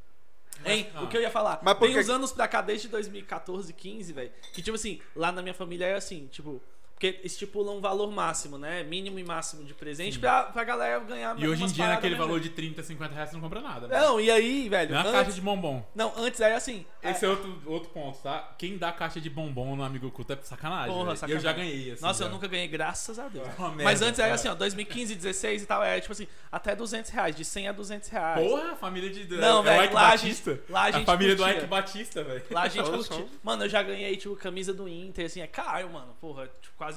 [SPEAKER 2] Hein,
[SPEAKER 3] Ah.
[SPEAKER 2] o que eu ia falar?
[SPEAKER 1] Mas por
[SPEAKER 2] tem
[SPEAKER 1] que-
[SPEAKER 2] uns anos pra cá, desde 2014, 15, velho, que tipo assim, lá na minha família é assim, tipo, porque estipula um valor máximo, né? Mínimo e máximo de presente pra, pra galera ganhar
[SPEAKER 3] E hoje em
[SPEAKER 2] umas
[SPEAKER 3] dia,
[SPEAKER 2] paradas,
[SPEAKER 3] naquele
[SPEAKER 2] né,
[SPEAKER 3] valor
[SPEAKER 2] velho?
[SPEAKER 3] de 30, 50 reais, você não compra nada. né?
[SPEAKER 2] Não, e aí, velho?
[SPEAKER 3] Nem uma
[SPEAKER 2] antes-
[SPEAKER 3] caixa de bombom.
[SPEAKER 2] Não, antes era assim.
[SPEAKER 3] Esse é outro, outro ponto, tá? Quem dá caixa de bombom no Amigo Oculto é sacanagem.
[SPEAKER 2] Porra,
[SPEAKER 3] velho.
[SPEAKER 2] sacanagem.
[SPEAKER 3] Eu já ganhei, assim.
[SPEAKER 2] Nossa, eu
[SPEAKER 3] já.
[SPEAKER 2] nunca ganhei, graças a Deus.
[SPEAKER 3] É uma merda,
[SPEAKER 2] Mas antes era
[SPEAKER 3] cara.
[SPEAKER 2] assim, ó, 2015, 16 e tal, era tipo assim, até 200 reais, de 100 a 200 reais.
[SPEAKER 3] Porra, a família de.
[SPEAKER 2] Não,
[SPEAKER 3] é
[SPEAKER 2] velho,
[SPEAKER 3] o Ike
[SPEAKER 2] lá a
[SPEAKER 3] Batista.
[SPEAKER 2] gente- lá a gente
[SPEAKER 3] família do
[SPEAKER 2] curtia.
[SPEAKER 3] Ike Batista, velho.
[SPEAKER 2] Lá a gente
[SPEAKER 1] Olha
[SPEAKER 2] curte.
[SPEAKER 1] só.
[SPEAKER 2] Mano, eu já ganhei, tipo, camisa do Inter, assim, é caro, mano. Porra, tipo, quase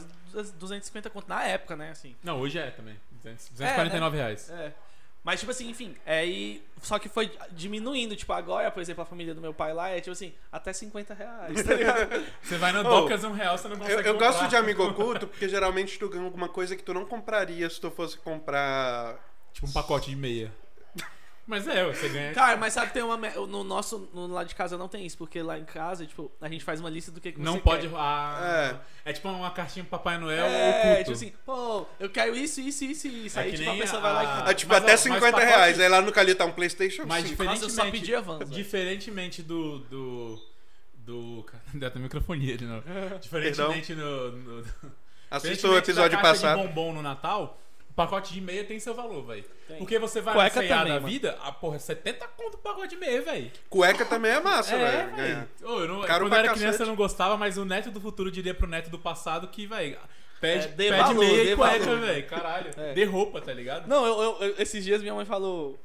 [SPEAKER 2] 250 conto na época, né, assim.
[SPEAKER 3] Não, hoje é também. 200, 249 reais.
[SPEAKER 2] É. Mas, tipo assim, enfim, é, e, só que foi diminuindo. Tipo, agora, por exemplo, a família do meu pai lá é, tipo assim, até 50 reais, tá ligado?
[SPEAKER 3] Você vai na
[SPEAKER 1] Ô,
[SPEAKER 3] Docas, um real, você não consegue
[SPEAKER 1] Eu, eu
[SPEAKER 3] comprar.
[SPEAKER 1] gosto de amigo oculto porque geralmente tu ganha alguma coisa que tu não compraria se tu fosse comprar
[SPEAKER 3] Tipo um pacote de meia. Mas é, você ganha.
[SPEAKER 2] Cara, mas sabe, tem uma. me- No nosso. No lado de casa não tem isso, porque lá em casa, tipo, a gente faz uma lista do que, que
[SPEAKER 3] tipo, Não
[SPEAKER 2] você
[SPEAKER 3] pode.
[SPEAKER 2] quer.
[SPEAKER 3] Ah, é. tipo uma cartinha pro Papai Noel
[SPEAKER 2] É,
[SPEAKER 3] oculto.
[SPEAKER 2] tipo assim, pô, eu quero isso, isso, isso, e isso.
[SPEAKER 3] É
[SPEAKER 2] Aí,
[SPEAKER 3] que
[SPEAKER 2] tipo, a
[SPEAKER 3] nem
[SPEAKER 2] pessoa
[SPEAKER 3] a-
[SPEAKER 2] vai lá e.
[SPEAKER 1] Ah, tipo,
[SPEAKER 3] Mas, ó,
[SPEAKER 1] até
[SPEAKER 3] mas
[SPEAKER 1] 50
[SPEAKER 3] pacote-
[SPEAKER 1] reais. Aí lá no Cali tá um Playstation
[SPEAKER 3] Mas
[SPEAKER 1] 5.
[SPEAKER 3] diferentemente,
[SPEAKER 2] Nossa, eu só pedi Avanza.
[SPEAKER 3] diferentemente do do do cara, deu até microfonia de novo. Diferentemente no, no
[SPEAKER 1] Assista o
[SPEAKER 3] diferentemente da
[SPEAKER 1] episódio
[SPEAKER 3] caixa
[SPEAKER 1] passado.
[SPEAKER 3] de bombom no Natal, o pacote de meia tem seu valor, velho.
[SPEAKER 2] Tem.
[SPEAKER 3] Porque você vai na
[SPEAKER 2] Cueca
[SPEAKER 3] ceia
[SPEAKER 2] também,
[SPEAKER 3] da
[SPEAKER 2] mano.
[SPEAKER 3] vida, ah, porra, 70 conto o pacote de meia, velho.
[SPEAKER 1] Cueca também é massa, velho. ganhar. um
[SPEAKER 3] velho. Ô, eu não-
[SPEAKER 1] Caro
[SPEAKER 3] Quando
[SPEAKER 1] pra
[SPEAKER 3] eu era
[SPEAKER 1] cacete.
[SPEAKER 3] criança eu não gostava, mas o neto do futuro diria pro neto do passado que, velho, pede,
[SPEAKER 2] É, dê
[SPEAKER 3] pede
[SPEAKER 2] valor,
[SPEAKER 3] meia
[SPEAKER 2] dê
[SPEAKER 3] e cueca,
[SPEAKER 2] valor.
[SPEAKER 3] velho. Caralho.
[SPEAKER 2] É.
[SPEAKER 3] Dê roupa, tá ligado?
[SPEAKER 2] Não, eu, eu- eu- esses dias minha mãe falou.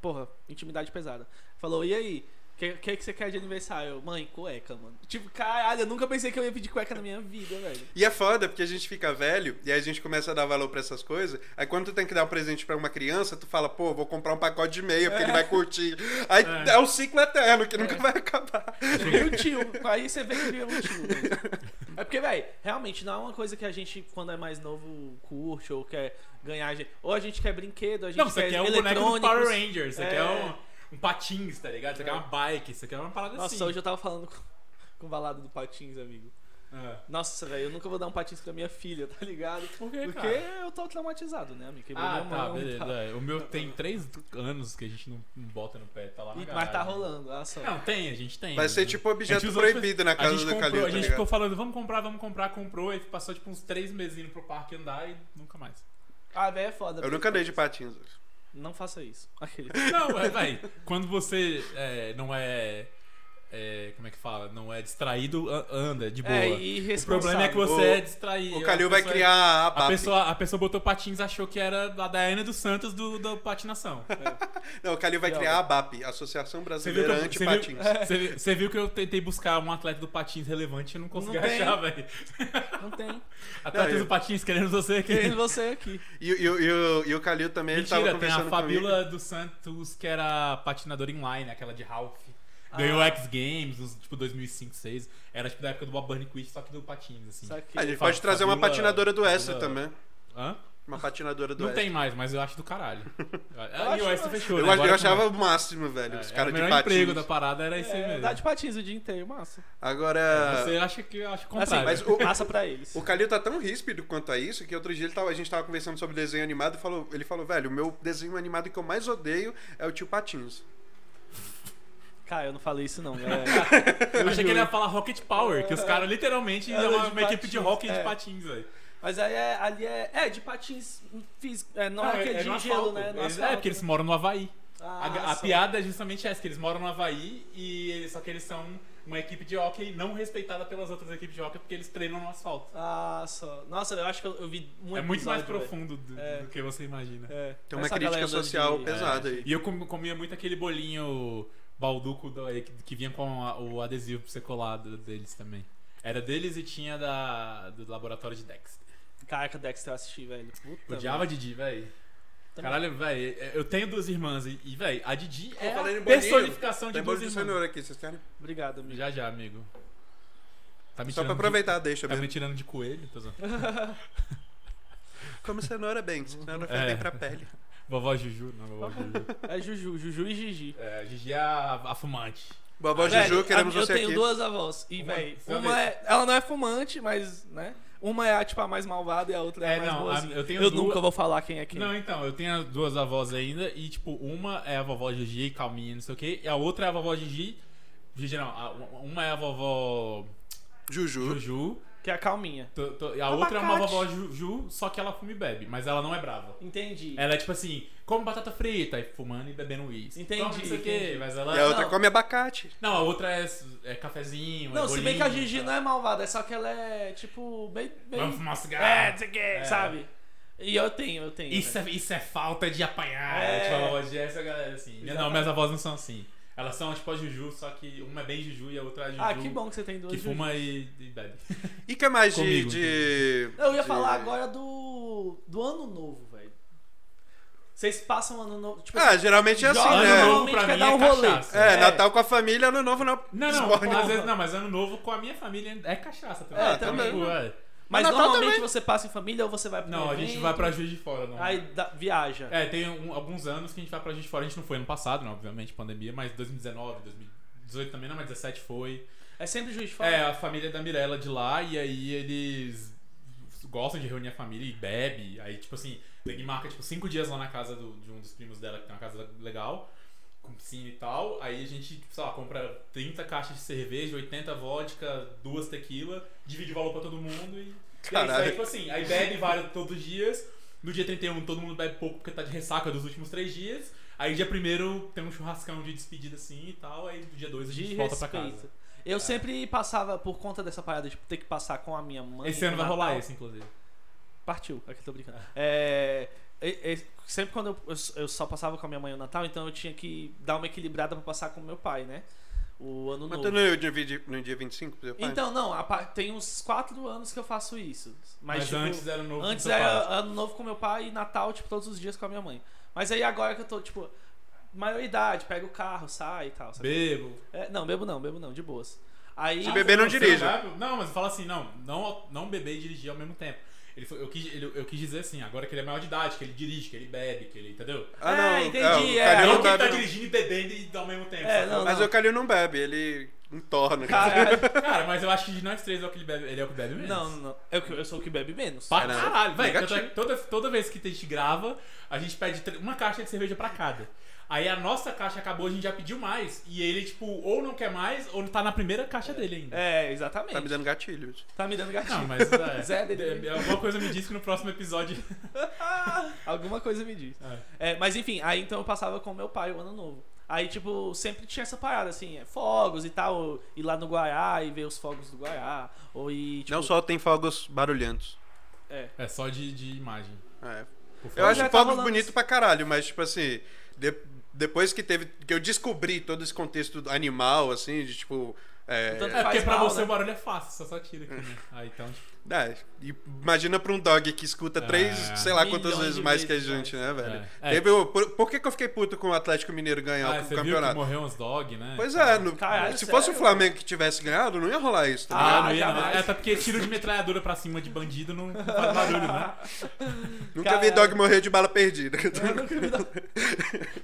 [SPEAKER 2] Porra, intimidade pesada. Falou, e aí? O que, que, que você quer de aniversário? Eu, Mãe, cueca, mano. Tipo, caralho, eu nunca pensei que eu ia pedir cueca na minha vida, velho.
[SPEAKER 1] E é foda, porque a gente fica velho e aí a gente começa a dar valor pra essas coisas. Aí quando tu tem que dar um presente pra uma criança, tu fala, pô, vou comprar um pacote de meia, porque ele vai curtir. Aí é,
[SPEAKER 3] É.
[SPEAKER 1] um ciclo eterno que nunca vai acabar.
[SPEAKER 2] E o tio, aí você vem e vê um tio. velho. É porque, velho, realmente não é uma coisa que a gente, quando é mais novo, curte ou quer ganhar. a gente- Ou a gente quer brinquedo, a gente
[SPEAKER 3] Não, você quer um boneco do
[SPEAKER 2] eletrônicos.
[SPEAKER 3] Power Rangers, você
[SPEAKER 2] É.
[SPEAKER 3] quer um, um patins, tá ligado? Você
[SPEAKER 2] É.
[SPEAKER 3] quer uma bike, você quer uma parada
[SPEAKER 2] Nossa,
[SPEAKER 3] assim.
[SPEAKER 2] hoje eu tava falando com, com o balado do Patins, amigo.
[SPEAKER 3] É.
[SPEAKER 2] Nossa, velho, eu nunca vou dar um patins pra minha filha, tá ligado?
[SPEAKER 3] Por quê,
[SPEAKER 2] Porque
[SPEAKER 3] cara?
[SPEAKER 2] eu tô traumatizado, né, amigo? Quebrou
[SPEAKER 3] Ah,
[SPEAKER 2] minha
[SPEAKER 3] tá,
[SPEAKER 2] mão,
[SPEAKER 3] beleza.
[SPEAKER 2] tá.
[SPEAKER 3] é. O meu tem três anos que a gente não, não bota no pé, tá lá na
[SPEAKER 2] E- Mas
[SPEAKER 3] garagem.
[SPEAKER 2] tá rolando, a ação.
[SPEAKER 3] Não, tem, a gente tem.
[SPEAKER 1] Vai ser
[SPEAKER 3] né?
[SPEAKER 1] tipo
[SPEAKER 3] A gente
[SPEAKER 1] objeto
[SPEAKER 3] usou, tipo,
[SPEAKER 1] proibido na
[SPEAKER 3] a
[SPEAKER 1] casa
[SPEAKER 3] gente
[SPEAKER 1] do
[SPEAKER 3] comprou,
[SPEAKER 1] Calil,
[SPEAKER 3] A
[SPEAKER 1] tá
[SPEAKER 3] gente
[SPEAKER 1] ligado?
[SPEAKER 3] ficou falando, vamos comprar, vamos comprar, comprou, e passou tipo uns três meses indo pro parque andar e nunca mais.
[SPEAKER 2] Ah, velho, é foda.
[SPEAKER 1] Eu nunca andei de patins.
[SPEAKER 2] Não faça isso. Aquele.
[SPEAKER 3] Não, é, vai. Quando você é, não é, é, Como é que fala? Não é distraído, a- anda, de boa.
[SPEAKER 2] É,
[SPEAKER 3] o
[SPEAKER 2] irresponsável.
[SPEAKER 3] problema é que você
[SPEAKER 1] O-
[SPEAKER 3] é distraído.
[SPEAKER 1] O
[SPEAKER 3] Calil
[SPEAKER 1] Calil vai criar a
[SPEAKER 3] A
[SPEAKER 1] BAP.
[SPEAKER 3] pessoa, a pessoa botou patins achou que era a Daiane dos Santos do, do patinação.
[SPEAKER 1] Não, o Calil vai
[SPEAKER 2] Não.
[SPEAKER 1] criar a BAP, Associação
[SPEAKER 3] Você viu, que
[SPEAKER 1] Brasileira
[SPEAKER 3] eu, você, viu,
[SPEAKER 1] Anti-Patins.
[SPEAKER 3] você viu- você viu que eu tentei buscar um atleta do patins relevante e eu não consegui
[SPEAKER 2] Não tem.
[SPEAKER 3] achar, velho.
[SPEAKER 2] Não tem.
[SPEAKER 3] Atleta
[SPEAKER 1] Não, eu-
[SPEAKER 3] do patins querendo você aqui.
[SPEAKER 2] Querendo você aqui.
[SPEAKER 1] E, e, e o- e o Calil também, ele tava
[SPEAKER 3] Mentira, tem
[SPEAKER 1] conversando
[SPEAKER 3] a
[SPEAKER 1] comigo.
[SPEAKER 3] Fabiola dos Santos, que era patinadora inline, né, aquela de Ralph. Ganhou
[SPEAKER 2] Ah.
[SPEAKER 3] X Games, nos, tipo 2005, 2006. Era tipo da época do Bob Burnquist, só que do patins, assim.
[SPEAKER 2] Só que...
[SPEAKER 1] A gente
[SPEAKER 3] Fa-
[SPEAKER 1] pode trazer uma
[SPEAKER 3] Fabiola-
[SPEAKER 1] patinadora do Extra
[SPEAKER 3] Fabiola-
[SPEAKER 1] também.
[SPEAKER 3] Hã?
[SPEAKER 1] Uma patinadora do
[SPEAKER 3] Não
[SPEAKER 1] Extra.
[SPEAKER 3] tem mais, mas eu acho do caralho. e
[SPEAKER 2] acho-
[SPEAKER 3] o Extra fechou,
[SPEAKER 1] Eu,
[SPEAKER 3] né?
[SPEAKER 1] ach- eu
[SPEAKER 3] Agora
[SPEAKER 1] achava
[SPEAKER 3] também.
[SPEAKER 1] o máximo, velho. os
[SPEAKER 3] É,
[SPEAKER 1] caras
[SPEAKER 3] o
[SPEAKER 1] de
[SPEAKER 3] melhor
[SPEAKER 1] patins.
[SPEAKER 3] emprego da parada era esse
[SPEAKER 2] É,
[SPEAKER 3] mesmo.
[SPEAKER 2] dá de patins o dia inteiro, massa.
[SPEAKER 1] Agora.
[SPEAKER 3] Você é acha que eu acho o
[SPEAKER 2] Assim,
[SPEAKER 3] contrário.
[SPEAKER 1] tipo, mas o-
[SPEAKER 2] massa pra eles.
[SPEAKER 1] O Calil tá tão ríspido quanto a isso que outro dia ele tava- a gente tava conversando sobre desenho animado e falou, ele falou, velho, o meu desenho animado que eu mais odeio é o tio Patins.
[SPEAKER 2] Cara, eu não falei isso não, velho.
[SPEAKER 1] tipo,
[SPEAKER 3] Eu achei que ele ia falar Rocket Power, que os caras literalmente
[SPEAKER 2] Era
[SPEAKER 3] é uma,
[SPEAKER 2] de
[SPEAKER 3] uma equipe de
[SPEAKER 2] patins,
[SPEAKER 3] hockey
[SPEAKER 2] é.
[SPEAKER 3] de patins, velho.
[SPEAKER 2] Mas aí é, ali é... É, de patins físico. É, não é,
[SPEAKER 3] Ah,
[SPEAKER 2] aquele
[SPEAKER 3] é
[SPEAKER 2] de
[SPEAKER 3] no
[SPEAKER 2] gelo,
[SPEAKER 3] asfalto.
[SPEAKER 2] né? No
[SPEAKER 3] Eles- É,
[SPEAKER 2] asfalto.
[SPEAKER 3] porque eles moram no Havaí. A,
[SPEAKER 2] Ah,
[SPEAKER 3] a
[SPEAKER 2] só.
[SPEAKER 3] piada é justamente essa, que eles moram no Havaí e eles- só que eles são uma equipe de hockey não respeitada pelas outras equipes de hockey porque eles treinam no asfalto.
[SPEAKER 2] Ah, só. Nossa, eu acho que eu, eu vi muito
[SPEAKER 3] é muito mais
[SPEAKER 2] episódio, Um velho.
[SPEAKER 3] profundo do,
[SPEAKER 2] É.
[SPEAKER 3] do que você imagina.
[SPEAKER 2] É.
[SPEAKER 1] Tem uma
[SPEAKER 2] Essa
[SPEAKER 1] crítica
[SPEAKER 2] galera andando
[SPEAKER 1] social
[SPEAKER 2] de-
[SPEAKER 1] pesada aí.
[SPEAKER 3] é, E eu com- comia muito aquele bolinho balduco do- é, que, que vinha com a- o adesivo pra você colar do- deles também. Era deles e tinha da, do laboratório de Dex.
[SPEAKER 2] é, Caraca, Dexter eu assisti, velho. Puta,
[SPEAKER 3] Odiava a Didi, véi.
[SPEAKER 2] Também.
[SPEAKER 3] Caralho, véi, é, eu tenho duas irmãs e, e véi, a Didi é
[SPEAKER 1] falando em
[SPEAKER 3] a
[SPEAKER 1] bolinho,
[SPEAKER 3] personificação de
[SPEAKER 2] Tá
[SPEAKER 1] Tem bolo
[SPEAKER 3] duas
[SPEAKER 1] de
[SPEAKER 3] irmãs.
[SPEAKER 1] cenoura aqui, vocês querem?
[SPEAKER 2] velho. Obrigado, amigo.
[SPEAKER 3] Já já, amigo. Tá me
[SPEAKER 1] Só pra
[SPEAKER 3] tirando de-
[SPEAKER 1] aproveitar, deixa
[SPEAKER 3] Tá me
[SPEAKER 1] mesmo.
[SPEAKER 3] tirando de coelho? tá Tô zoando.
[SPEAKER 1] Como cenoura bem, cenoura faz
[SPEAKER 3] É.
[SPEAKER 1] bem pra pele.
[SPEAKER 3] vovó Juju? Não, vovó Juju.
[SPEAKER 2] É Juju, Juju e Gigi.
[SPEAKER 3] É, Gigi é a, a fumante. Ah,
[SPEAKER 1] Vovó
[SPEAKER 2] Velho,
[SPEAKER 1] Juju, queremos
[SPEAKER 2] eu
[SPEAKER 1] você
[SPEAKER 2] tenho
[SPEAKER 1] aqui.
[SPEAKER 2] duas avós. E,
[SPEAKER 3] Uma-
[SPEAKER 2] velho,
[SPEAKER 3] uma
[SPEAKER 2] uma
[SPEAKER 3] vez.
[SPEAKER 2] é. Ela não é fumante, mas, né? Uma é a, tipo, a mais malvada e a outra é, a
[SPEAKER 3] É,
[SPEAKER 2] mais
[SPEAKER 3] não,
[SPEAKER 2] boazinha.
[SPEAKER 3] a- eu tenho duas-
[SPEAKER 2] nunca vou falar quem é quem.
[SPEAKER 3] Não, então, eu tenho as duas avós ainda e, tipo, uma é a vovó Gigi, calminha, não sei o quê, e a outra é a vovó Gigi. Gigi não, a- uma é a vovó
[SPEAKER 1] Juju.
[SPEAKER 3] Juju,
[SPEAKER 2] Que é a calminha.
[SPEAKER 3] tô- tô- e a outra é uma
[SPEAKER 1] Abacate.
[SPEAKER 3] vovó Juju, só que ela fuma e bebe, mas ela não é brava.
[SPEAKER 2] Entendi.
[SPEAKER 3] Ela é tipo assim, come batata frita, e fumando e bebendo uísque.
[SPEAKER 2] Entendi,
[SPEAKER 3] Come Não sei o quê,
[SPEAKER 2] entendi.
[SPEAKER 3] mas
[SPEAKER 1] E a
[SPEAKER 3] ela.
[SPEAKER 1] outra
[SPEAKER 2] Não.
[SPEAKER 1] come abacate.
[SPEAKER 3] Não, a outra é, é cafezinho.
[SPEAKER 2] não,
[SPEAKER 3] é
[SPEAKER 2] se bem que a
[SPEAKER 3] bolinho,
[SPEAKER 2] Gigi
[SPEAKER 3] tá.
[SPEAKER 2] não é malvada, é só que ela é, tipo, bem. bem...
[SPEAKER 3] Vamos fumar um cigarro.
[SPEAKER 2] É, não sei o quê,
[SPEAKER 3] É.
[SPEAKER 2] sabe? E eu tenho, eu tenho.
[SPEAKER 3] Isso
[SPEAKER 2] velho.
[SPEAKER 3] é, isso é falta de apanhar.
[SPEAKER 2] É.
[SPEAKER 3] Tipo, a voz essa galera assim. Minha- Não,
[SPEAKER 2] Exatamente.
[SPEAKER 3] minhas avós não são assim. Elas são tipo a Juju, só que uma é bem Juju e a outra é a Juju.
[SPEAKER 2] Ah, que bom que você tem duas
[SPEAKER 3] Que
[SPEAKER 2] Juju.
[SPEAKER 3] fuma e, e bebe.
[SPEAKER 1] E que mais de,
[SPEAKER 3] Comigo, então.
[SPEAKER 1] de...
[SPEAKER 2] Eu ia
[SPEAKER 1] de-
[SPEAKER 2] falar agora do. do ano novo, velho. Vocês passam ano novo. Tipo,
[SPEAKER 1] Ah, geralmente é assim,
[SPEAKER 2] Jovem
[SPEAKER 3] ano
[SPEAKER 1] né?
[SPEAKER 2] Novo.
[SPEAKER 3] novo pra
[SPEAKER 2] quer
[SPEAKER 3] mim
[SPEAKER 2] dar um
[SPEAKER 3] é
[SPEAKER 2] rolê.
[SPEAKER 3] cachaça.
[SPEAKER 1] É,
[SPEAKER 2] É.
[SPEAKER 1] Natal com a família, Ano Novo não.
[SPEAKER 3] Não, não,
[SPEAKER 1] Esporte.
[SPEAKER 3] às vezes não, mas ano novo com a minha família é cachaça também.
[SPEAKER 2] É,
[SPEAKER 3] Então,
[SPEAKER 1] também.
[SPEAKER 3] tipo, é.
[SPEAKER 2] Mas
[SPEAKER 1] Natal
[SPEAKER 2] normalmente
[SPEAKER 1] também.
[SPEAKER 2] você passa em família ou você vai pra
[SPEAKER 3] Não,
[SPEAKER 2] um
[SPEAKER 3] a gente
[SPEAKER 2] evento,
[SPEAKER 3] vai pra Juiz de Fora, não.
[SPEAKER 2] Aí dá- viaja.
[SPEAKER 3] É, tem um- alguns anos que a gente vai pra Juiz de Fora. A gente não foi ano passado, né, obviamente, pandemia, mas 2019, 2018 também não, mas 17 foi.
[SPEAKER 2] É, sempre juiz de fora.
[SPEAKER 3] É, a família da Mirella de lá, e aí eles gostam de reunir a família e bebe. Aí, tipo assim, ele marca tipo, cinco dias lá na casa do- de um dos primos dela, que tem uma casa legal, com piscina e tal. Aí a gente, tipo, sei lá, compra 30 caixas de cerveja, 80 vodka, duas tequila, divide o valor pra todo mundo e. e é isso.
[SPEAKER 1] Caralho.
[SPEAKER 2] Então,
[SPEAKER 3] Aí, tipo assim, aí bebe vários todos os dias. No dia 31 todo mundo bebe pouco porque tá de ressaca dos últimos três dias. Aí dia 1 tem um churrascão de despedida assim e tal. Aí no dia 2 a
[SPEAKER 2] De
[SPEAKER 3] gente
[SPEAKER 2] respeito.
[SPEAKER 3] volta pra casa. É.
[SPEAKER 2] Eu sempre passava por conta dessa parada, tipo, ter que passar com a minha mãe.
[SPEAKER 3] Esse ano
[SPEAKER 2] no
[SPEAKER 3] vai rolar
[SPEAKER 2] Natal.
[SPEAKER 3] esse, inclusive.
[SPEAKER 2] Partiu, aqui tô brincando. É, e- e- sempre quando eu, eu- eu só passava com a minha mãe no Natal, então eu tinha que dar uma equilibrada pra passar com o meu pai, né? O ano
[SPEAKER 1] Mas
[SPEAKER 2] novo.
[SPEAKER 1] tu não ia dividir no dia 25 pro seu pai?
[SPEAKER 2] Então, não, a pa- tem uns quatro anos que eu faço isso. Mas,
[SPEAKER 3] Mas,
[SPEAKER 2] tipo,
[SPEAKER 3] antes era novo.
[SPEAKER 2] Antes
[SPEAKER 3] com seu
[SPEAKER 2] era
[SPEAKER 3] pai.
[SPEAKER 2] ano novo com meu pai e Natal, tipo, todos os dias com a minha mãe. Mas aí agora que eu tô, tipo, maioridade, pega o carro, sai e tal. sabe?
[SPEAKER 3] Bebo.
[SPEAKER 2] É, não, bebo não, bebo não, de boas. Aí.
[SPEAKER 1] Se beber, não
[SPEAKER 3] você
[SPEAKER 1] dirija.
[SPEAKER 3] vai- Não, mas fala assim, não, não, não beber e dirigir ao mesmo tempo. Ele foi- eu, quis, ele- eu quis dizer assim, agora que ele é maior de idade, que ele dirige, que ele bebe, que ele. Entendeu?
[SPEAKER 1] Ah,
[SPEAKER 2] É,
[SPEAKER 1] não.
[SPEAKER 2] entendi,
[SPEAKER 1] ah, o
[SPEAKER 2] é.
[SPEAKER 1] Calil
[SPEAKER 3] não
[SPEAKER 2] Ele
[SPEAKER 1] não
[SPEAKER 3] que
[SPEAKER 1] bebe.
[SPEAKER 3] ele tá
[SPEAKER 1] não.
[SPEAKER 3] dirigindo e bebendo e ao mesmo tempo.
[SPEAKER 2] É,
[SPEAKER 3] sabe?
[SPEAKER 2] não,
[SPEAKER 1] Mas o Calil não bebe, ele entorna.
[SPEAKER 2] Caralho.
[SPEAKER 3] Cara, mas eu acho que de nós três é o que ele bebe, ele é o que bebe mesmo.
[SPEAKER 2] Não, não, não. Eu, que- eu sou o que bebe menos.
[SPEAKER 3] Pra
[SPEAKER 1] Caralho.
[SPEAKER 3] caralho, velho. tanto é
[SPEAKER 1] Negativo.
[SPEAKER 3] que Toda, toda vez que a gente grava, a gente pede tre- uma caixa de cerveja pra cada. Aí a nossa caixa acabou, a gente já pediu mais. E ele, tipo, ou não quer mais, ou tá na primeira caixa dele ainda.
[SPEAKER 2] É, exatamente.
[SPEAKER 1] Tá me dando gatilhos.
[SPEAKER 2] Tá me dando gatilho.
[SPEAKER 3] Não, mas. É,
[SPEAKER 2] Zé dele.
[SPEAKER 3] é, alguma coisa me diz que no próximo episódio.
[SPEAKER 2] Ah, Alguma coisa me diz. É, mas enfim, aí então eu passava com meu pai o ano novo. Aí, tipo, sempre tinha essa parada, assim, é, fogos e tal, ou ir lá no Guaiá e ver os fogos do Guaiá, ou ir, tipo...
[SPEAKER 1] Não só tem fogos barulhentos.
[SPEAKER 2] É.
[SPEAKER 3] É só de, de imagem.
[SPEAKER 1] É.
[SPEAKER 3] Por favor.
[SPEAKER 1] Eu acho
[SPEAKER 2] já
[SPEAKER 1] que
[SPEAKER 2] tá
[SPEAKER 1] fogos
[SPEAKER 2] rolando
[SPEAKER 1] bonito
[SPEAKER 2] isso.
[SPEAKER 1] pra caralho, mas tipo assim, de- depois que teve. que eu descobri todo esse contexto animal, assim, de tipo. É,
[SPEAKER 2] Tanto
[SPEAKER 3] É porque
[SPEAKER 2] faz
[SPEAKER 3] pra
[SPEAKER 2] mal,
[SPEAKER 3] você
[SPEAKER 2] né?
[SPEAKER 3] o barulho é fácil, só só tira aqui, né? Ah, então.
[SPEAKER 1] é, e imagina pra um dog que escuta três,
[SPEAKER 3] É.
[SPEAKER 1] sei lá quantas
[SPEAKER 2] Milhões
[SPEAKER 1] vezes
[SPEAKER 2] de
[SPEAKER 1] mais que a
[SPEAKER 2] vezes
[SPEAKER 1] gente, né, velho?
[SPEAKER 3] É. É.
[SPEAKER 1] Teve o- por, por que, que eu fiquei puto com o Atlético Mineiro
[SPEAKER 2] É,
[SPEAKER 1] ganhar
[SPEAKER 3] Ah,
[SPEAKER 1] o
[SPEAKER 3] você viu que
[SPEAKER 1] campeonato?
[SPEAKER 3] morreu uns dog, né?
[SPEAKER 1] Pois é, no-
[SPEAKER 2] Caralho,
[SPEAKER 1] se fosse o
[SPEAKER 2] sério?
[SPEAKER 1] Flamengo que tivesse ganhado, não ia rolar isso, tá ligado?
[SPEAKER 3] Ah,
[SPEAKER 2] Ah,
[SPEAKER 3] não ia, não.
[SPEAKER 2] jamais.
[SPEAKER 3] É, até porque tiro de metralhadora pra cima de bandido não não faz barulho, né?
[SPEAKER 1] Nunca vi
[SPEAKER 2] Caralho.
[SPEAKER 1] dog morrer de bala perdida.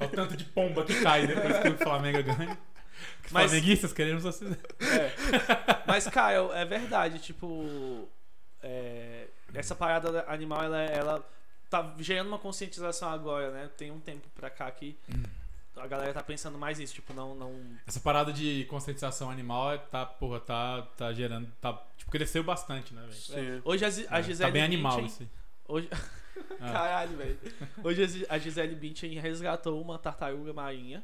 [SPEAKER 3] É o tanto de pomba que cai depois que o Flamengo ganha. Os
[SPEAKER 2] Mas-
[SPEAKER 3] Flamenguistas queremos vocês.
[SPEAKER 2] É. Mas, Kyle, é verdade, tipo. é, essa parada animal, ela, ela tá gerando uma conscientização agora, né? Tem um tempo pra cá que
[SPEAKER 3] Hum.
[SPEAKER 2] a galera tá pensando mais nisso, tipo, não. não...
[SPEAKER 3] Essa parada de conscientização animal é- tá, porra, tá, tá gerando. Tá, tipo, cresceu bastante, né, velho?
[SPEAKER 1] Sim.
[SPEAKER 2] é. Hoje a, Zi- a Gisele.
[SPEAKER 3] Tá bem
[SPEAKER 2] Bündchen-
[SPEAKER 3] animal isso aí.
[SPEAKER 2] Hoje... Caralho, velho. Hoje a Zi- a Gisele Bündchen resgatou uma tartaruga marinha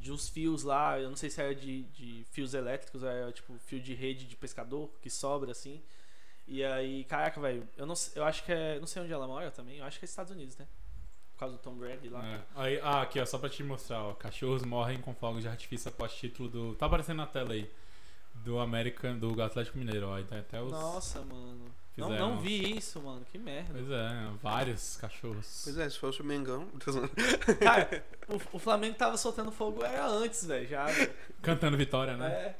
[SPEAKER 2] de uns fios lá, eu não sei se era de, de fios elétricos, ou era tipo fio de rede de pescador que sobra assim. E aí, caraca, velho, eu não sei- eu acho que é, não sei onde ela mora também, eu acho que é Estados Unidos, né? Por causa do Tom Brady lá.
[SPEAKER 3] É. Aí, ah, aqui, ó, só pra te mostrar, ó. Cachorros morrem com fogos de artifício após título do. Tá aparecendo na tela aí. Do American, do Atlético Mineiro, ó. Então, até os.
[SPEAKER 2] Nossa, mano. Não,
[SPEAKER 3] Fizeram.
[SPEAKER 2] não vi isso, mano. Que merda.
[SPEAKER 3] Pois é, vários cachorros.
[SPEAKER 1] Pois é, se fosse o Mengão.
[SPEAKER 2] Cara, o, o Flamengo tava soltando fogo era antes, velho, já.
[SPEAKER 3] É, né?
[SPEAKER 2] velho.
[SPEAKER 3] Cantando vitória, né?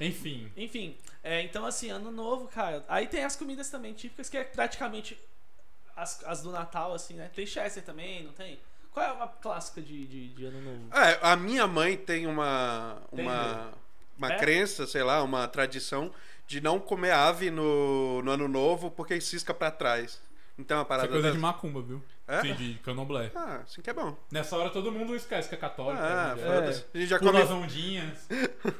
[SPEAKER 2] É.
[SPEAKER 3] Enfim.
[SPEAKER 2] Enfim, é, então assim, ano novo, cara. Aí tem as comidas também típicas, que é praticamente as, as do Natal, assim, né? Tem Chester também, não tem? Qual é a clássica de, de, de ano novo?
[SPEAKER 1] É, a minha mãe tem uma
[SPEAKER 3] Tem
[SPEAKER 1] uma, uma
[SPEAKER 2] É?
[SPEAKER 1] crença, sei lá, uma tradição de não comer ave no, no ano novo porque cisca pra trás. Então é uma
[SPEAKER 3] Isso
[SPEAKER 1] parada
[SPEAKER 3] é coisa
[SPEAKER 1] dessa.
[SPEAKER 3] de macumba, viu?
[SPEAKER 1] É?
[SPEAKER 3] Sim, de candomblé.
[SPEAKER 1] Ah, assim que é bom.
[SPEAKER 3] Nessa hora todo mundo esquece que é católico.
[SPEAKER 1] Ah,
[SPEAKER 3] né?
[SPEAKER 1] foda-se. A gente já
[SPEAKER 3] Pula
[SPEAKER 1] come
[SPEAKER 3] as ondinhas.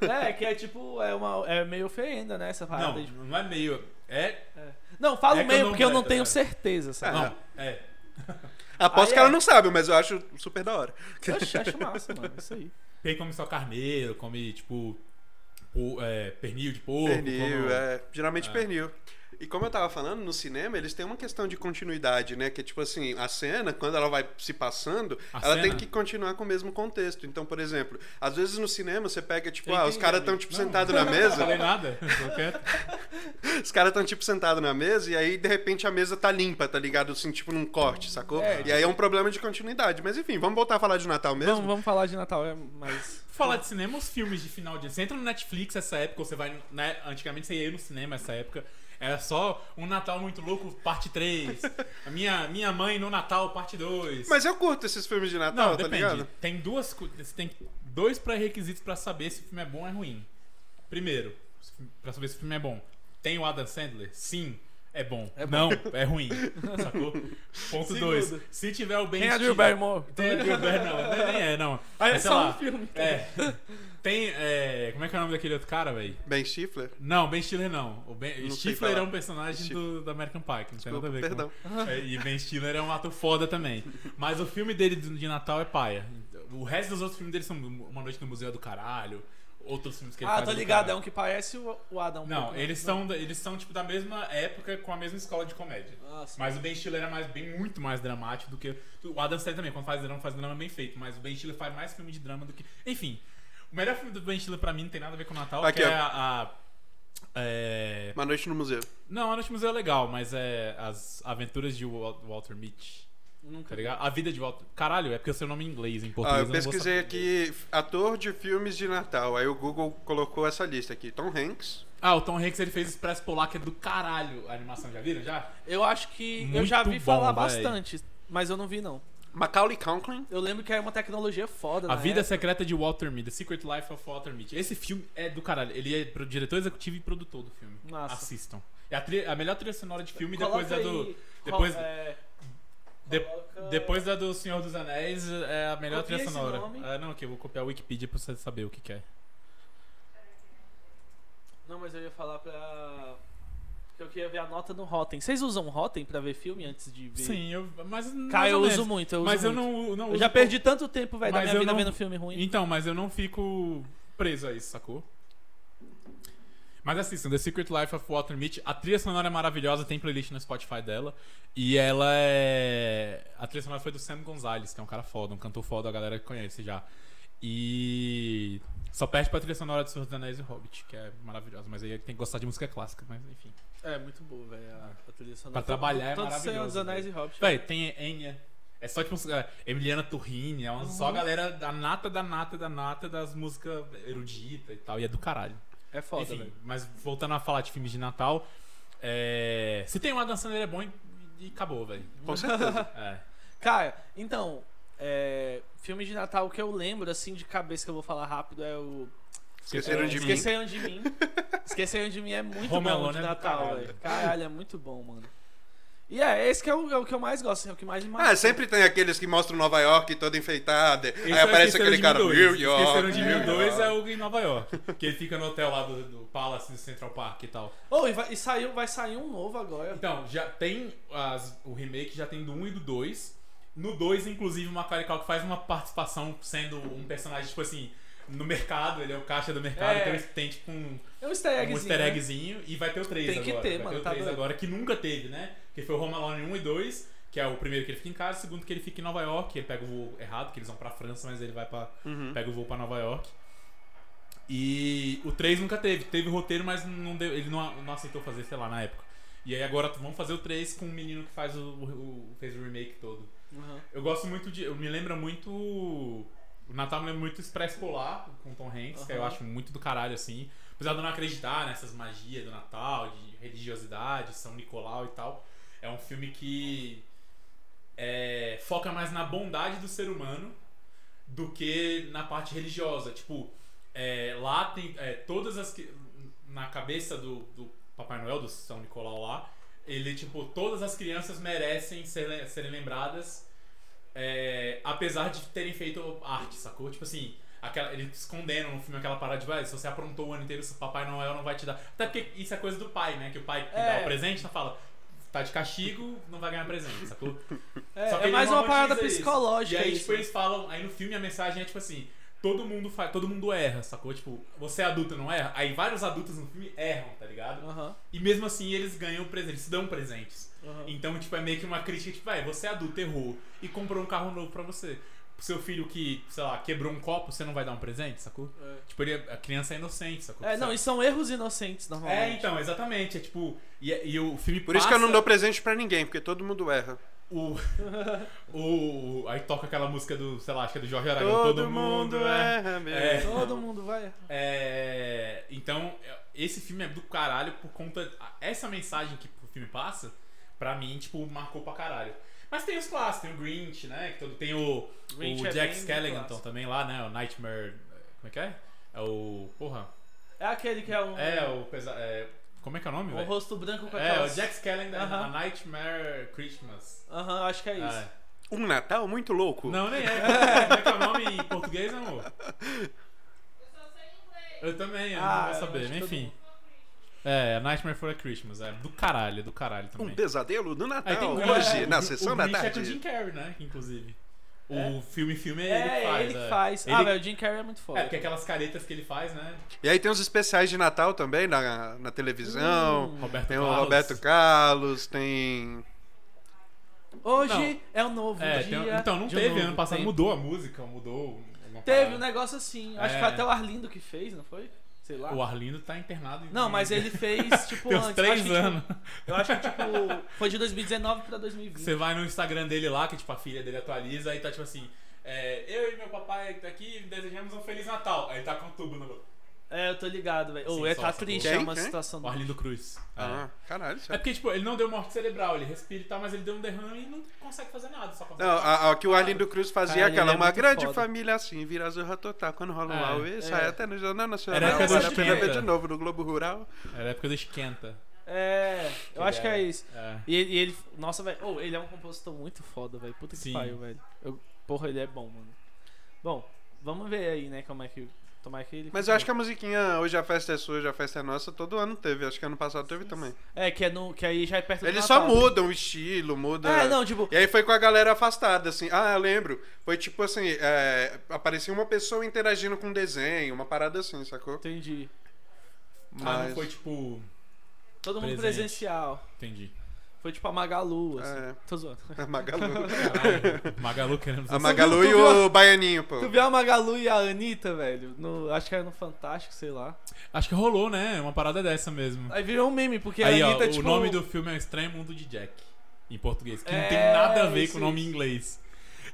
[SPEAKER 2] é, que é tipo, é, uma, é meio oferenda, né? Essa parada.
[SPEAKER 3] Não,
[SPEAKER 2] de-
[SPEAKER 3] não é meio. É.
[SPEAKER 2] Não,
[SPEAKER 3] é
[SPEAKER 2] fala o
[SPEAKER 3] que eu
[SPEAKER 2] meio,
[SPEAKER 3] não
[SPEAKER 2] porque eu não
[SPEAKER 3] lembro,
[SPEAKER 2] tenho
[SPEAKER 3] é.
[SPEAKER 2] certeza, sabe?
[SPEAKER 3] Não, é.
[SPEAKER 1] Aposto
[SPEAKER 2] Ah,
[SPEAKER 1] que ela
[SPEAKER 2] é.
[SPEAKER 1] não sabe, mas eu acho super da hora.
[SPEAKER 2] Oxe, acho massa, mano. Isso aí.
[SPEAKER 3] Tem come só carneiro, come, tipo. po- é, pernil de porco.
[SPEAKER 1] Pernil,
[SPEAKER 3] come-
[SPEAKER 1] é. Geralmente
[SPEAKER 3] É.
[SPEAKER 1] pernil. E como eu tava falando, no cinema eles têm uma questão de continuidade, né? Que é tipo assim, a cena, quando ela vai se passando,
[SPEAKER 3] A
[SPEAKER 1] ela tem
[SPEAKER 3] cena?
[SPEAKER 1] que continuar com o mesmo contexto. Então, por exemplo, às vezes no cinema você pega, tipo,
[SPEAKER 2] Eu
[SPEAKER 1] ah, os
[SPEAKER 2] entendi,
[SPEAKER 1] caras
[SPEAKER 2] amigo.
[SPEAKER 1] estão, tipo,
[SPEAKER 3] Não.
[SPEAKER 1] sentados na
[SPEAKER 3] Não
[SPEAKER 1] mesa.
[SPEAKER 3] falei nada. Tô quieto.
[SPEAKER 1] Os caras estão, tipo, sentados na mesa e aí, de repente, a mesa tá limpa, tá ligado? Assim, tipo, num corte, sacou?
[SPEAKER 2] É,
[SPEAKER 1] e aí é um problema de continuidade. Mas enfim, vamos voltar a falar de Natal mesmo?
[SPEAKER 2] Vamos, vamos falar de Natal, é, mas.
[SPEAKER 3] Falar de cinema, os filmes de final de ano. Você entra no Netflix essa época, ou você vai. Né, antigamente você ia no cinema essa época. Era só um Natal muito louco, parte 3. A minha, minha mãe no Natal, parte 2.
[SPEAKER 1] Mas eu curto esses filmes de Natal,
[SPEAKER 3] Não,
[SPEAKER 1] tá
[SPEAKER 3] depende.
[SPEAKER 1] ligado?
[SPEAKER 3] Tem duas co- você tem dois pré-requisitos pra saber se o filme é bom ou é ruim. Primeiro, se o filme- pra saber se o filme é bom. Tem o Adam Sandler? Sim. É bom.
[SPEAKER 4] É bom.
[SPEAKER 3] Não, é ruim. Sacou? Ponto
[SPEAKER 2] Segundo.
[SPEAKER 3] 2. Se tiver o Ben
[SPEAKER 4] Quem é Drew
[SPEAKER 3] Stiller-
[SPEAKER 4] Barrymore?
[SPEAKER 3] Tem o Drew Barrymore, não, nem é, não.
[SPEAKER 2] Aí
[SPEAKER 3] É,
[SPEAKER 2] é
[SPEAKER 3] sei
[SPEAKER 2] só
[SPEAKER 3] lá.
[SPEAKER 2] um filme.
[SPEAKER 3] É. Tem. é, como é que é o nome daquele outro cara, velho?
[SPEAKER 1] Ben Stifler?
[SPEAKER 3] Não, Ben Stiller não. O ben,
[SPEAKER 1] Não sei
[SPEAKER 3] Stifler é um
[SPEAKER 1] falar.
[SPEAKER 3] personagem
[SPEAKER 1] Stifler.
[SPEAKER 3] do, do American Pie, que não tem nada a ver com.
[SPEAKER 1] Perdão.
[SPEAKER 3] É, e Ben Stiller é um ator foda também. Mas o filme dele de de Natal é paia. O resto dos outros filmes dele são Uma Noite no Museu é do Caralho, outros filmes que ele
[SPEAKER 2] Ah,
[SPEAKER 3] faz
[SPEAKER 2] tô
[SPEAKER 3] é do
[SPEAKER 2] ligado, é
[SPEAKER 3] caralho.
[SPEAKER 2] um que parece o o Adam. um
[SPEAKER 3] Não,
[SPEAKER 2] pouco, né?
[SPEAKER 3] eles são, da- eles são tipo da mesma época com a mesma escola de comédia.
[SPEAKER 2] Nossa.
[SPEAKER 3] Mas o Ben Stiller é mais, bem, muito mais dramático do que. O Adam Sandler também, quando faz drama, faz drama bem feito. Mas o Ben Stiller faz mais filme de drama do que. Enfim, o melhor filme do Ben Stiller pra mim não tem nada a ver com o Natal,
[SPEAKER 1] Aqui,
[SPEAKER 3] que
[SPEAKER 1] ó.
[SPEAKER 3] é a. a- é...
[SPEAKER 1] Uma noite no museu.
[SPEAKER 3] Não, a Noite no Museu é legal, mas é As Aventuras de Wal- Walter Mitty. Tá
[SPEAKER 2] Nunca.
[SPEAKER 3] ligado? A vida de Walter. Caralho, é porque eu sei o nome em inglês, em português. é
[SPEAKER 1] Ah,
[SPEAKER 3] eu
[SPEAKER 1] eu
[SPEAKER 3] não vou
[SPEAKER 1] pesquisei
[SPEAKER 3] saber.
[SPEAKER 1] aqui ator de filmes de Natal. Aí o Google colocou essa lista aqui. Tom Hanks.
[SPEAKER 3] Ah, o Tom Hanks ele fez Expresso Polar, que é do caralho a animação, já viram? Já?
[SPEAKER 2] Eu acho que eu
[SPEAKER 3] Muito
[SPEAKER 2] já vi
[SPEAKER 3] bom,
[SPEAKER 2] falar
[SPEAKER 3] véi.
[SPEAKER 2] bastante, mas eu não vi não.
[SPEAKER 1] Macaulay Conklin.
[SPEAKER 2] Eu lembro que era uma tecnologia foda, né?
[SPEAKER 3] A
[SPEAKER 2] na
[SPEAKER 3] Vida
[SPEAKER 2] época.
[SPEAKER 3] Secreta de Walter Mitty, The Secret Life of Walter Mitty. Esse filme é do caralho. Ele é pro diretor executivo e produtor do filme.
[SPEAKER 2] Massa.
[SPEAKER 3] Assistam. É a, tri- a melhor trilha sonora de filme
[SPEAKER 2] Coloca
[SPEAKER 3] depois da do.
[SPEAKER 2] aí,
[SPEAKER 3] depois-
[SPEAKER 2] ro- é,
[SPEAKER 3] de-
[SPEAKER 2] coloca-
[SPEAKER 3] Depois da do Senhor dos Anéis, é a melhor
[SPEAKER 2] Copia
[SPEAKER 3] trilha
[SPEAKER 2] esse
[SPEAKER 3] sonora.
[SPEAKER 2] nome.
[SPEAKER 3] Ah, não, aqui eu vou copiar o Wikipedia pra você saber o que, que é.
[SPEAKER 2] Não, mas eu ia falar pra. Que eu queria ver a nota no Rotten. Vocês usam Rotten pra ver filme antes de ver?
[SPEAKER 3] Sim, eu, mas. mais
[SPEAKER 2] Cara, eu
[SPEAKER 3] ou
[SPEAKER 2] uso
[SPEAKER 3] menos.
[SPEAKER 2] muito, eu uso
[SPEAKER 3] Mas eu
[SPEAKER 2] muito.
[SPEAKER 3] não, não
[SPEAKER 2] Eu
[SPEAKER 3] uso
[SPEAKER 2] já
[SPEAKER 3] por-
[SPEAKER 2] perdi tanto tempo, velho, da
[SPEAKER 3] Mas
[SPEAKER 2] minha
[SPEAKER 3] eu
[SPEAKER 2] vida
[SPEAKER 3] não-
[SPEAKER 2] vendo filme ruim.
[SPEAKER 3] Então, mas eu não fico preso a isso, sacou? Mas assistam, The Secret Life of Walter Mitty. A trilha sonora é maravilhosa, tem playlist no Spotify dela. E ela é. A trilha sonora foi do Sam Gonzalez, que é um cara foda, um cantor foda, a galera que conhece já. E. Só perde pra trilha sonora de Senhor dos Anéis e Hobbit, que é maravilhosa. Mas aí tem que gostar de música clássica, mas enfim.
[SPEAKER 2] É muito boa, velho. A, a trilha sonora.
[SPEAKER 3] Pra trabalhar é
[SPEAKER 2] Todos
[SPEAKER 3] maravilhoso,
[SPEAKER 2] Senhor dos Anéis e Hobbit.
[SPEAKER 3] Véi, tem Enya. É só tipo uns- é, Emiliana Turrini, é uma só galera da nata, da nata, da nata das músicas erudita e tal, e é do caralho.
[SPEAKER 2] É foda,
[SPEAKER 3] Enfim,
[SPEAKER 2] velho.
[SPEAKER 3] mas voltando a falar de filmes de Natal, é... se tem uma dançando ele é bom e, e acabou, velho.
[SPEAKER 1] Com certeza.
[SPEAKER 3] É.
[SPEAKER 2] Cara, então. É, filme de Natal que eu lembro, assim, de cabeça que eu vou falar rápido é o.
[SPEAKER 1] Esqueceram
[SPEAKER 2] é,
[SPEAKER 1] de mim.
[SPEAKER 2] Esqueceram de mim. Esqueceram de mim é muito
[SPEAKER 3] Home
[SPEAKER 2] bom
[SPEAKER 3] Alone
[SPEAKER 2] de
[SPEAKER 3] é do
[SPEAKER 2] Natal,
[SPEAKER 3] caralho.
[SPEAKER 2] velho. Caralho, é muito bom, mano. E é, esse que é o, é o que eu mais gosto, assim, é o que mais me marcou.
[SPEAKER 1] Ah, sempre tem aqueles que mostram Nova York toda enfeitada.
[SPEAKER 3] Esse
[SPEAKER 1] aí
[SPEAKER 3] é o
[SPEAKER 1] aparece
[SPEAKER 3] Esqueceram
[SPEAKER 1] aquele
[SPEAKER 3] de
[SPEAKER 1] cara,
[SPEAKER 3] Mim dois.
[SPEAKER 1] New York.
[SPEAKER 3] Esqueceram de mil
[SPEAKER 1] New
[SPEAKER 3] dois
[SPEAKER 1] York.
[SPEAKER 3] é o em Nova York, que ele fica no hotel lá do, do Palace, do Central Park e tal.
[SPEAKER 2] Oh, e, vai, e saiu, vai sair um novo agora.
[SPEAKER 3] Então, já tem as- o remake, já tem do 1 e do 2. No 2, inclusive, o Macaulay Culkin faz uma participação sendo um personagem, tipo assim, no mercado, ele é o caixa do mercado,
[SPEAKER 2] É.
[SPEAKER 3] então ele tem tipo um,
[SPEAKER 2] É um easter
[SPEAKER 3] um
[SPEAKER 2] eggzinho.
[SPEAKER 3] easter
[SPEAKER 2] né?
[SPEAKER 3] eggzinho e vai ter o 3
[SPEAKER 2] Tem que
[SPEAKER 3] agora.
[SPEAKER 2] ter,
[SPEAKER 3] vai
[SPEAKER 2] mano,
[SPEAKER 3] ter o
[SPEAKER 2] tá
[SPEAKER 3] 3
[SPEAKER 2] doido.
[SPEAKER 3] agora, que nunca teve, né? Que foi o Home Alone 1 e 2, que é o primeiro que ele fica em casa, o segundo que ele fica em Nova York, que ele pega o voo errado, que eles vão pra França, mas ele vai pra,
[SPEAKER 1] Uhum.
[SPEAKER 3] pega o voo pra Nova York. E o 3 nunca teve. Teve o roteiro, mas não deu- ele não, não aceitou fazer, sei lá, na época. E aí agora vamos fazer o 3 com o menino que faz o, o- fez o remake todo.
[SPEAKER 2] Uhum.
[SPEAKER 3] Eu gosto muito de. eu Me lembra muito. O Natal me lembra muito Expresso Polar com Tom Hanks, que eu
[SPEAKER 2] Aham.
[SPEAKER 3] acho muito do caralho, assim. Apesar de eu não acreditar nessas magias do Natal, de religiosidade, São Nicolau e tal. É um filme que é, foca mais na bondade do ser humano do que na parte religiosa. Tipo, é, lá tem é, todas as que. Na cabeça do, do Papai Noel, do São Nicolau lá, ele, tipo, todas as crianças merecem ser le- serem lembradas é, apesar de terem feito arte, sacou? Tipo assim, aquela, eles condenam no filme aquela parada de, velho, se você aprontou o ano inteiro, seu Papai Noel não vai te dar. Até porque isso é coisa do pai, né? Que o pai que dá
[SPEAKER 2] É.
[SPEAKER 3] o presente, tá fala, tá de castigo, não vai ganhar presente, sacou?
[SPEAKER 2] É,
[SPEAKER 3] Só que
[SPEAKER 2] é
[SPEAKER 3] ele
[SPEAKER 2] mais
[SPEAKER 3] não
[SPEAKER 2] uma parada
[SPEAKER 3] romantiza isso. E
[SPEAKER 2] psicológica.
[SPEAKER 3] aí,
[SPEAKER 2] isso, né?
[SPEAKER 3] tipo, eles falam, aí no filme a mensagem é tipo assim, todo mundo faz, todo mundo erra, sacou? Tipo, você é adulto não erra? Aí vários adultos no filme erram, tá ligado?
[SPEAKER 2] Aham,
[SPEAKER 3] E mesmo assim eles ganham presentes, eles se dão presentes.
[SPEAKER 2] aham.
[SPEAKER 3] Então, tipo, é meio que uma crítica, tipo, vai, você é adulto, errou, e comprou um carro novo pra você. Pro seu filho que, sei lá, quebrou um copo, você não vai dar um presente, sacou?
[SPEAKER 2] É.
[SPEAKER 3] Tipo, ele é- a criança é inocente, sacou?
[SPEAKER 2] É, não, e são erros inocentes
[SPEAKER 3] É,
[SPEAKER 2] normalmente.
[SPEAKER 3] então, exatamente. É tipo. E, e o filme
[SPEAKER 1] Por isso que eu não
[SPEAKER 3] passa-
[SPEAKER 1] dou presente pra ninguém, porque todo mundo erra.
[SPEAKER 3] O, o, aí toca aquela música do, sei lá, acho que é do Jorge Aragão.
[SPEAKER 1] Todo mundo erra, meu.
[SPEAKER 3] É.
[SPEAKER 2] Todo mundo vai. errar.
[SPEAKER 3] É, então, é- esse filme é do caralho por conta. Essa mensagem que o filme passa, pra mim, tipo, marcou pra caralho. Mas tem os clássicos, tem o Grinch, né? que todo- Tem o,
[SPEAKER 2] Grinch
[SPEAKER 3] o
[SPEAKER 2] é
[SPEAKER 3] Jack
[SPEAKER 2] bem
[SPEAKER 3] Skellington
[SPEAKER 2] clássico.
[SPEAKER 3] também lá, né? O Nightmare. Como é que é? É o. Porra.
[SPEAKER 2] É aquele que é um,
[SPEAKER 3] É, o pesa... é, Como é que é o nome,
[SPEAKER 2] um
[SPEAKER 3] velho?
[SPEAKER 2] rosto branco com
[SPEAKER 3] É, o
[SPEAKER 2] aquelas...
[SPEAKER 3] Jack Skellington,
[SPEAKER 2] Aham.
[SPEAKER 3] A Nightmare Christmas.
[SPEAKER 2] Aham, acho que é isso.
[SPEAKER 3] É.
[SPEAKER 1] Um Natal muito
[SPEAKER 2] Tipo.
[SPEAKER 1] louco.
[SPEAKER 3] Não, nem é. Como é que é o nome em português, amor? Eu também, eu
[SPEAKER 2] Ah,
[SPEAKER 3] não
[SPEAKER 2] eu
[SPEAKER 3] vou saber.
[SPEAKER 2] acho que todo
[SPEAKER 3] Enfim.
[SPEAKER 2] mundo.
[SPEAKER 3] É, A Nightmare for a Christmas. É do caralho, do caralho também.
[SPEAKER 1] Um pesadelo do Natal.
[SPEAKER 3] Aí tem o
[SPEAKER 1] hoje,
[SPEAKER 3] é,
[SPEAKER 1] na
[SPEAKER 3] o-
[SPEAKER 1] sessão
[SPEAKER 3] o
[SPEAKER 1] da
[SPEAKER 3] Grinch é com o
[SPEAKER 1] tarde.
[SPEAKER 3] Jim Carrey, né? Inclusive. O
[SPEAKER 2] É?
[SPEAKER 3] filme filme é, ele que
[SPEAKER 2] É,
[SPEAKER 3] faz.
[SPEAKER 2] ele que
[SPEAKER 3] é.
[SPEAKER 2] faz.
[SPEAKER 3] Ele-
[SPEAKER 2] Ah, velho, o Jim Carrey é muito foda.
[SPEAKER 3] É, porque aquelas caretas que ele faz, né?
[SPEAKER 1] E aí tem os especiais de Natal também na, na
[SPEAKER 2] Hum.
[SPEAKER 1] televisão.
[SPEAKER 3] Roberto
[SPEAKER 1] Tem o
[SPEAKER 3] Carlos.
[SPEAKER 1] Roberto Carlos, tem.
[SPEAKER 2] Hoje é o novo
[SPEAKER 3] É,
[SPEAKER 2] dia.
[SPEAKER 3] tem- então, não
[SPEAKER 2] de um
[SPEAKER 3] teve.
[SPEAKER 2] novo
[SPEAKER 3] ano passado
[SPEAKER 2] tempo.
[SPEAKER 3] mudou a música, mudou. alguma
[SPEAKER 2] Teve
[SPEAKER 3] parada.
[SPEAKER 2] um negócio assim. Acho que
[SPEAKER 3] É.
[SPEAKER 2] foi até o Arlindo que fez, não foi? Sei lá.
[SPEAKER 3] O Arlindo tá internado em.
[SPEAKER 2] né? Não, mas ele fez, tipo,
[SPEAKER 3] Tem
[SPEAKER 2] antes.
[SPEAKER 3] uns
[SPEAKER 2] Eu
[SPEAKER 3] três
[SPEAKER 2] acho que, tipo,
[SPEAKER 3] anos.
[SPEAKER 2] eu acho que, tipo, foi de 2019 pra 2020.
[SPEAKER 3] Você vai no Instagram dele lá, que tipo, a filha dele atualiza, aí tá tipo assim. é, eu e meu papai tá aqui desejamos um Feliz Natal. Aí tá com o tubo no.
[SPEAKER 2] É, eu tô ligado, velho. Ou
[SPEAKER 3] Sim,
[SPEAKER 2] é,
[SPEAKER 3] só,
[SPEAKER 2] tá
[SPEAKER 3] só.
[SPEAKER 2] triste,
[SPEAKER 1] Quem?
[SPEAKER 2] é uma
[SPEAKER 1] Quem?
[SPEAKER 2] situação.
[SPEAKER 3] O Arlindo Cruz.
[SPEAKER 1] Ah, caralho,
[SPEAKER 3] É
[SPEAKER 1] sério.
[SPEAKER 3] porque, tipo, ele não deu morte cerebral, ele respira e tal, mas ele deu um derrame e não consegue fazer nada. Só consegue...
[SPEAKER 1] Não, a, a que o Arlindo Cruz fazia
[SPEAKER 2] Caralho,
[SPEAKER 1] aquela,
[SPEAKER 2] ele é
[SPEAKER 1] uma
[SPEAKER 2] muito
[SPEAKER 1] grande
[SPEAKER 2] foda.
[SPEAKER 1] família assim, vira Zorra Total. Quando rola um
[SPEAKER 3] É,
[SPEAKER 1] auê,
[SPEAKER 2] é.
[SPEAKER 1] sai até no Jornal Nacional.
[SPEAKER 3] Era
[SPEAKER 1] Era
[SPEAKER 3] época
[SPEAKER 2] do
[SPEAKER 1] vale a pena ver
[SPEAKER 3] esquenta.
[SPEAKER 1] de novo no Globo Rural.
[SPEAKER 3] Era a época do esquenta.
[SPEAKER 2] É, eu acho que é isso.
[SPEAKER 3] É.
[SPEAKER 2] E ele, e ele- nossa, velho. Oh, ele é um compositor muito foda, velho. Puta que
[SPEAKER 3] Sim.
[SPEAKER 2] pariu, velho. Eu- Porra, ele é bom, mano. Bom, vamos ver aí, né, como é que. Tomar que ele.
[SPEAKER 1] Mas eu acho que a musiquinha Hoje a Festa é Sua, Hoje a Festa é Nossa, todo ano teve. Acho que ano passado teve também.
[SPEAKER 2] É, que, é no, que aí já é perto do
[SPEAKER 1] Eles só
[SPEAKER 2] Natal, né?
[SPEAKER 1] mudam o estilo, muda.
[SPEAKER 2] É, não, tipo.
[SPEAKER 1] E aí foi com a galera afastada, assim. Ah, eu lembro. Foi tipo assim, é, aparecia uma pessoa interagindo com um desenho, uma parada assim, sacou?
[SPEAKER 2] Entendi.
[SPEAKER 1] Mas...
[SPEAKER 3] Ah, não foi tipo.
[SPEAKER 2] Todo mundo
[SPEAKER 3] Presente.
[SPEAKER 2] presencial.
[SPEAKER 3] Entendi.
[SPEAKER 2] Foi tipo a Magalu, assim.
[SPEAKER 1] É.
[SPEAKER 2] Tô zoando.
[SPEAKER 1] A Magalu.
[SPEAKER 3] Caralho. Magalu queremos.
[SPEAKER 1] A Magalu e o Baianinho, pô.
[SPEAKER 2] Tu viu a Magalu e a Anitta, velho? No, acho que era no Fantástico, sei lá.
[SPEAKER 3] Acho que rolou, né? Uma parada dessa mesmo.
[SPEAKER 2] Aí virou um meme, porque
[SPEAKER 3] aí,
[SPEAKER 2] a
[SPEAKER 3] ó,
[SPEAKER 2] Anitta,
[SPEAKER 3] o
[SPEAKER 2] tipo...
[SPEAKER 3] nome do filme é O Estranho Mundo de Jack. Em português. Que não
[SPEAKER 2] É,
[SPEAKER 3] tem nada a ver
[SPEAKER 2] isso,
[SPEAKER 3] com o nome em
[SPEAKER 2] isso.
[SPEAKER 3] inglês.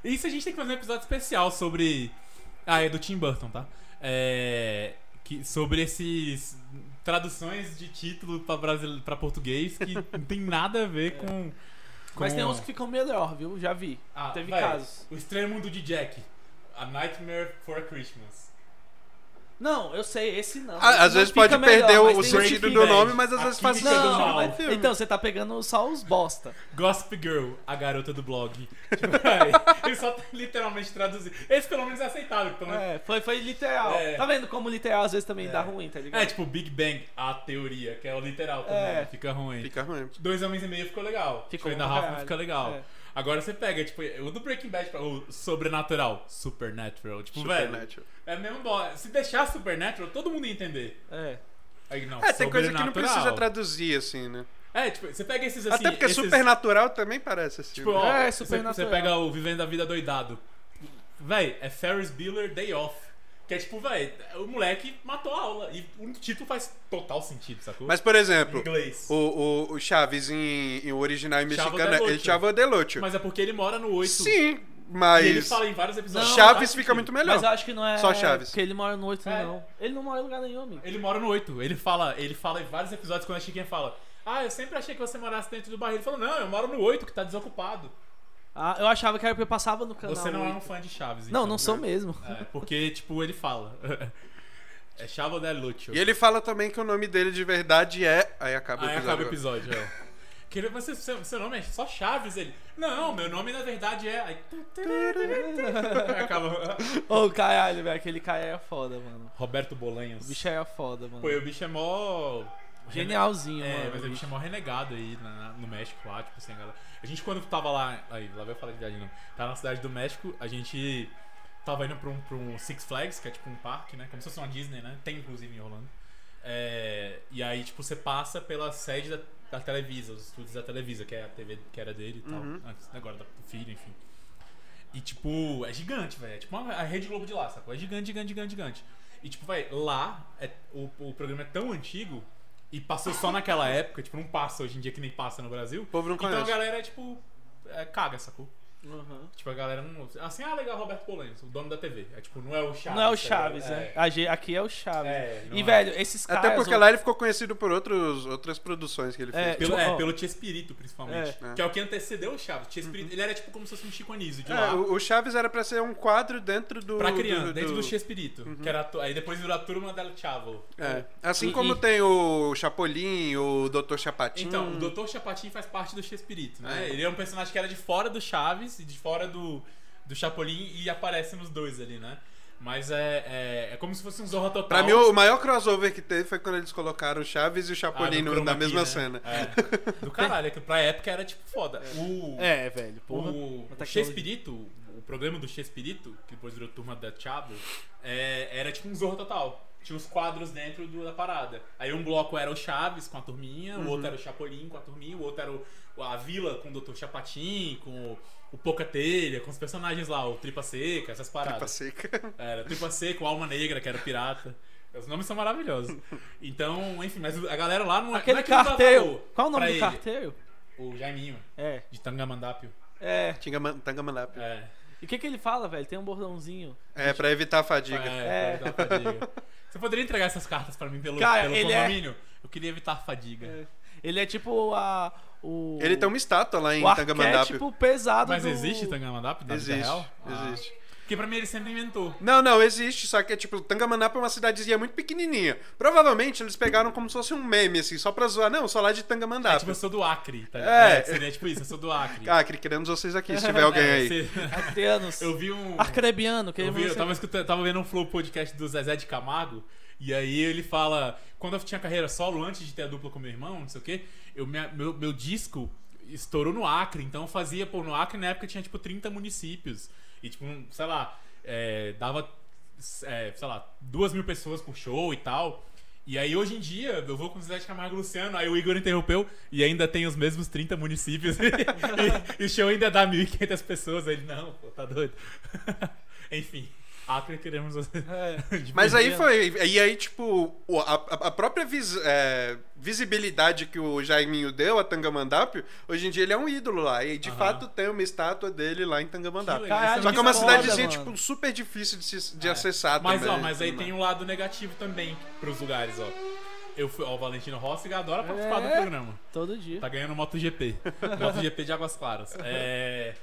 [SPEAKER 3] Isso a gente tem que fazer um episódio especial sobre. Ah, é do Tim Burton, tá? É. Que, sobre esses. Traduções de título pra, brasile... pra português que não tem nada a ver com.
[SPEAKER 2] Mas
[SPEAKER 3] com-
[SPEAKER 2] tem uns que ficam melhor, viu? Já vi.
[SPEAKER 3] Ah,
[SPEAKER 2] Teve
[SPEAKER 3] vai.
[SPEAKER 2] casos.
[SPEAKER 3] O Estranho Mundo de Jack. A Nightmare for a Christmas.
[SPEAKER 2] Não, eu sei, esse não.
[SPEAKER 1] Ah, às
[SPEAKER 2] Não
[SPEAKER 1] vezes
[SPEAKER 2] fica
[SPEAKER 1] pode
[SPEAKER 2] melhor,
[SPEAKER 1] perder
[SPEAKER 2] mas
[SPEAKER 1] o, o
[SPEAKER 2] tem
[SPEAKER 3] gente
[SPEAKER 1] sentido
[SPEAKER 3] que
[SPEAKER 1] do
[SPEAKER 3] vende.
[SPEAKER 1] nome, mas às vezes
[SPEAKER 3] A
[SPEAKER 1] faz
[SPEAKER 2] uns-
[SPEAKER 3] química
[SPEAKER 1] sentido
[SPEAKER 3] do
[SPEAKER 1] no
[SPEAKER 2] Não,
[SPEAKER 3] mal.
[SPEAKER 2] mas- então, você tá pegando só os bosta.
[SPEAKER 3] Gossip Girl, a garota do blog. Tipo, véi, ele só tá literalmente traduzido. Esse pelo menos é aceitável. Então, é.
[SPEAKER 2] É, foi, foi literal.
[SPEAKER 3] É.
[SPEAKER 2] Tá vendo como literal às vezes também
[SPEAKER 3] É.
[SPEAKER 2] dá ruim, tá ligado?
[SPEAKER 3] tipo Big Bang, a teoria, que é o literal também.
[SPEAKER 2] É.
[SPEAKER 3] né? Fica ruim.
[SPEAKER 1] Fica ruim.
[SPEAKER 3] Dois homens e meio ficou legal. Tipo,
[SPEAKER 2] Ficou
[SPEAKER 3] ainda
[SPEAKER 2] pra
[SPEAKER 3] Rafa
[SPEAKER 2] caralho.
[SPEAKER 3] fica legal.
[SPEAKER 2] É.
[SPEAKER 3] Agora você pega, tipo, o do Breaking Bad, pra- o Sobrenatural, Supernatural. Tipo, velho,
[SPEAKER 1] Supernatural.
[SPEAKER 3] é mesmo bom. Se deixar Supernatural, todo mundo ia entender.
[SPEAKER 2] É.
[SPEAKER 3] Aí, não,
[SPEAKER 1] É, tem coisa que não
[SPEAKER 3] Sobrenatural.
[SPEAKER 1] precisa traduzir, assim, né?
[SPEAKER 3] É, tipo, você pega esses assim...
[SPEAKER 1] Até porque é
[SPEAKER 3] esses...
[SPEAKER 1] supernatural também parece assim.
[SPEAKER 3] Tipo,
[SPEAKER 1] né?
[SPEAKER 3] ó,
[SPEAKER 2] É,
[SPEAKER 3] você,
[SPEAKER 2] Supernatural.
[SPEAKER 3] você pega o Vivendo a Vida Doidado. Véi, é Ferris Bueller Day Off. Que é tipo, véi, o moleque matou a aula. E o título faz total sentido, sacou?
[SPEAKER 1] Mas, tipo, por
[SPEAKER 3] em
[SPEAKER 1] exemplo,
[SPEAKER 3] inglês.
[SPEAKER 1] o, o, o Chaves em, em original em
[SPEAKER 3] Chavo
[SPEAKER 1] mexicano,
[SPEAKER 3] Delocho.
[SPEAKER 1] ele Chavo Delocho.
[SPEAKER 3] Mas é porque ele mora no 8.
[SPEAKER 1] Sim,
[SPEAKER 3] E ele
[SPEAKER 1] mas
[SPEAKER 3] fala em vários episódios.
[SPEAKER 2] Não,
[SPEAKER 3] faz
[SPEAKER 1] Chaves
[SPEAKER 3] sentido.
[SPEAKER 1] fica muito melhor.
[SPEAKER 2] Mas eu acho que não é.
[SPEAKER 1] Só Chaves.
[SPEAKER 2] Porque ele mora no 8,
[SPEAKER 3] É.
[SPEAKER 2] não. Ele não mora em lugar nenhum, amigo.
[SPEAKER 3] Ele mora no 8. Ele fala, ele fala em vários episódios quando a Chiquinha fala. Ah, eu sempre achei que você morasse dentro do barril. Ele falou, não, eu moro no 8, que tá desocupado.
[SPEAKER 2] Ah, eu achava que era porque eu passava no canal.
[SPEAKER 3] Você não é
[SPEAKER 2] 8.
[SPEAKER 3] um fã de Chaves, então,
[SPEAKER 2] Não, não
[SPEAKER 3] né?
[SPEAKER 2] sou mesmo.
[SPEAKER 3] É, porque, tipo, ele fala. é Chavo Delucho.
[SPEAKER 1] E ele fala também que o nome dele de verdade é. Aí acaba o
[SPEAKER 3] Aí
[SPEAKER 1] episódio.
[SPEAKER 3] acaba o episódio, é. Que ele, você, seu, seu nome é só Chaves, ele. Não, meu nome na verdade é. Aí, tu, tu, aí acaba.
[SPEAKER 2] Ô, caralho, velho. Aquele cara é foda, mano.
[SPEAKER 3] Roberto
[SPEAKER 2] O
[SPEAKER 3] Bolanhos.
[SPEAKER 2] bicho é foda, mano.
[SPEAKER 3] Pô, e o bicho é mó.
[SPEAKER 2] Genialzinho,
[SPEAKER 3] É,
[SPEAKER 2] assim, mano.
[SPEAKER 3] mas o bicho é mó renegado aí na- no México lá, tipo assim, a galera. A gente quando tava lá. Aí, lá vai eu falar de viagem não. Tava na cidade do México, a gente tava indo pra um, pra um Six Flags, que é tipo um parque, né? Como se fosse uma Disney, né? Tem inclusive em Orlando. É, e aí, tipo, você passa pela sede da, da Televisa, os estúdios da Televisa, que é a TV que era dele e tal.
[SPEAKER 1] Uhum.
[SPEAKER 3] Antes, agora da do filho, enfim. E, tipo, é gigante, velho. É tipo uma- a Rede Globo de lá, sacou? É gigante, gigante, gigante, gigante. E, tipo, velho, lá é- o, o programa é tão antigo e passou só naquela época, tipo, não passa hoje em dia que nem passa no Brasil.
[SPEAKER 1] O povo não
[SPEAKER 3] Então a
[SPEAKER 1] conhece.
[SPEAKER 3] galera, tipo, é, caga, sacou?
[SPEAKER 2] Uhum.
[SPEAKER 3] Tipo, a galera não. Assim, ah, legal, Roberto Polênis, o dono da TV. É tipo, não é o Chaves.
[SPEAKER 2] Não é
[SPEAKER 3] tá
[SPEAKER 2] o Chaves,
[SPEAKER 3] ligado?
[SPEAKER 2] né? A G- Aqui é o Chaves.
[SPEAKER 3] É, não
[SPEAKER 2] e,
[SPEAKER 3] é.
[SPEAKER 2] velho, esses caras.
[SPEAKER 1] Até porque
[SPEAKER 2] o-
[SPEAKER 1] lá ele ficou conhecido por outros, outras produções que ele
[SPEAKER 2] É,
[SPEAKER 1] fez.
[SPEAKER 3] Pelo,
[SPEAKER 2] tipo,
[SPEAKER 3] é,
[SPEAKER 2] ó.
[SPEAKER 3] pelo Tia Espírito, principalmente.
[SPEAKER 1] É.
[SPEAKER 3] Que é o que antecedeu o Chaves. Tia Espírito, ele era tipo como se fosse um Chico Anísio de
[SPEAKER 1] É,
[SPEAKER 3] lá.
[SPEAKER 1] o, o Chaves era pra ser um quadro dentro do.
[SPEAKER 3] Pra criança,
[SPEAKER 1] do-
[SPEAKER 3] dentro do,
[SPEAKER 1] do- Uhum.
[SPEAKER 3] Tia Espírito. Que era, a tu- aí depois virou a turma del Chavo.
[SPEAKER 1] É. Assim
[SPEAKER 3] E-
[SPEAKER 1] como
[SPEAKER 3] e-
[SPEAKER 1] tem o Chapolin, o Dr. Chapatinho.
[SPEAKER 3] Então, o Dr. Chapatin faz parte do Chespirito, né?
[SPEAKER 1] Hum. É.
[SPEAKER 3] Ele é um personagem que era de fora do Chaves e de fora do, do Chapolin e aparece nos dois ali, né? Mas é, é, é como se fosse um Zorro Total.
[SPEAKER 1] Pra mim, o maior crossover que teve foi quando eles colocaram o Chaves e o
[SPEAKER 3] Ah, do
[SPEAKER 1] Chapolin no-
[SPEAKER 3] chroma
[SPEAKER 1] na
[SPEAKER 3] key,
[SPEAKER 1] mesma
[SPEAKER 3] né?
[SPEAKER 1] cena.
[SPEAKER 3] É. Do caralho, é que pra época era tipo foda. O,
[SPEAKER 2] É, velho,
[SPEAKER 3] o,
[SPEAKER 2] porra. Uma
[SPEAKER 3] o
[SPEAKER 2] tecnologia.
[SPEAKER 3] Chespirito, o programa do Chespirito, que depois virou Turma da Chavo, é, era tipo um Zorro Total. Tinha os quadros dentro do- da parada. Aí um bloco era o Chaves com a turminha, o
[SPEAKER 2] Uhum.
[SPEAKER 3] outro era o Chapolin com a turminha, o outro era o, a Vila com o Dr. Chapatin, com o, o Pouca Telha, com os personagens lá, o Tripa Seca, essas
[SPEAKER 1] Tripa
[SPEAKER 3] paradas.
[SPEAKER 1] Tá seca.
[SPEAKER 3] Era Tripa Seca, o Alma Negra, que era o pirata. Os nomes são maravilhosos. Então, enfim, mas a galera lá não é- não
[SPEAKER 2] Aquele
[SPEAKER 3] é que não dá
[SPEAKER 2] carteiro.
[SPEAKER 3] valor
[SPEAKER 2] Qual o nome
[SPEAKER 3] pra
[SPEAKER 2] do
[SPEAKER 3] ele.
[SPEAKER 2] carteiro?
[SPEAKER 3] O Jaiminho,
[SPEAKER 2] É.
[SPEAKER 3] de Tangamandápio.
[SPEAKER 2] É.
[SPEAKER 1] Tingaman- Tangamandápio.
[SPEAKER 3] É.
[SPEAKER 2] E o que, que ele fala, velho? Tem um bordãozinho.
[SPEAKER 1] É, pra evitar a fadiga.
[SPEAKER 3] É,
[SPEAKER 2] É.
[SPEAKER 3] pra evitar a fadiga. Você poderia entregar essas cartas pra mim pelo,
[SPEAKER 2] Cara,
[SPEAKER 3] pelo
[SPEAKER 2] ele é-
[SPEAKER 3] condomínio? Eu queria evitar a fadiga.
[SPEAKER 2] Ele é tipo a. O,
[SPEAKER 1] Ele
[SPEAKER 3] um
[SPEAKER 1] tem uma estátua lá em
[SPEAKER 2] o
[SPEAKER 1] Tangamandápio.
[SPEAKER 2] arquétipo pesado
[SPEAKER 3] Mas
[SPEAKER 2] do...
[SPEAKER 3] existe Tangamandapi na vida
[SPEAKER 1] Existe,
[SPEAKER 3] real?
[SPEAKER 1] existe.
[SPEAKER 3] Ah. Porque pra mim ele sempre inventou.
[SPEAKER 1] Não, não, existe, só que é tipo, Tangamanapa é uma cidadezinha muito pequenininha. Provavelmente eles pegaram como se fosse um meme, assim, só pra zoar. Não, só lá de
[SPEAKER 3] É,
[SPEAKER 1] Tangamanapa.
[SPEAKER 3] tipo, eu sou do Acre, tá ligado?
[SPEAKER 1] Ah, É.
[SPEAKER 3] É, seria tipo isso, eu sou do Acre.
[SPEAKER 1] Ah, Cri, queremos vocês aqui, se tiver alguém
[SPEAKER 3] É,
[SPEAKER 1] aí.
[SPEAKER 3] se-
[SPEAKER 2] Arteanos.
[SPEAKER 3] Eu vi um.
[SPEAKER 2] Arcrebiano, é que
[SPEAKER 3] Eu,
[SPEAKER 2] ele
[SPEAKER 3] vi, eu
[SPEAKER 2] você-
[SPEAKER 3] tava, escutando, tava vendo um flow podcast do Zezé de Camargo. E aí ele fala: Quando eu tinha carreira solo, antes de ter a dupla com meu irmão, não sei o quê, eu, minha- meu, meu disco estourou no Acre. Então eu fazia, pô, no Acre na época tinha tipo 30 municípios. E tipo, um, sei lá, é, dava, é, sei lá, duas mil pessoas por show e tal. E aí hoje em dia eu vou com o Zezé de Camargo e Luciano, aí o Igor interrompeu e ainda tem os mesmos 30 municípios. e, e o show ainda dá 1.500 pessoas. Ele, não, pô, tá doido. Enfim, Acre queremos você.
[SPEAKER 2] É.
[SPEAKER 3] De
[SPEAKER 1] Mas aí
[SPEAKER 2] Entendo.
[SPEAKER 1] foi. E aí, tipo, o- a, a- a própria vis- é, visibilidade que o Jaiminho deu a Tangamandápio, hoje em dia ele é um ídolo lá. E de
[SPEAKER 3] Aham.
[SPEAKER 1] fato tem uma estátua dele lá em Tangamandápio.
[SPEAKER 3] Que legal.
[SPEAKER 1] Só que é uma
[SPEAKER 2] foda,
[SPEAKER 1] cidadezinha,
[SPEAKER 2] mano.
[SPEAKER 1] tipo, super difícil de, se- de
[SPEAKER 3] É.
[SPEAKER 1] acessar
[SPEAKER 3] Mas,
[SPEAKER 1] também. né?
[SPEAKER 3] ó, mas aí tem um lado negativo também pros lugares, ó. Eu fui, ó, o Valentino Rossi adora participar do
[SPEAKER 2] É.
[SPEAKER 3] programa.
[SPEAKER 2] Todo dia.
[SPEAKER 3] Tá ganhando MotoGP. MotoGP de Águas Claras. É.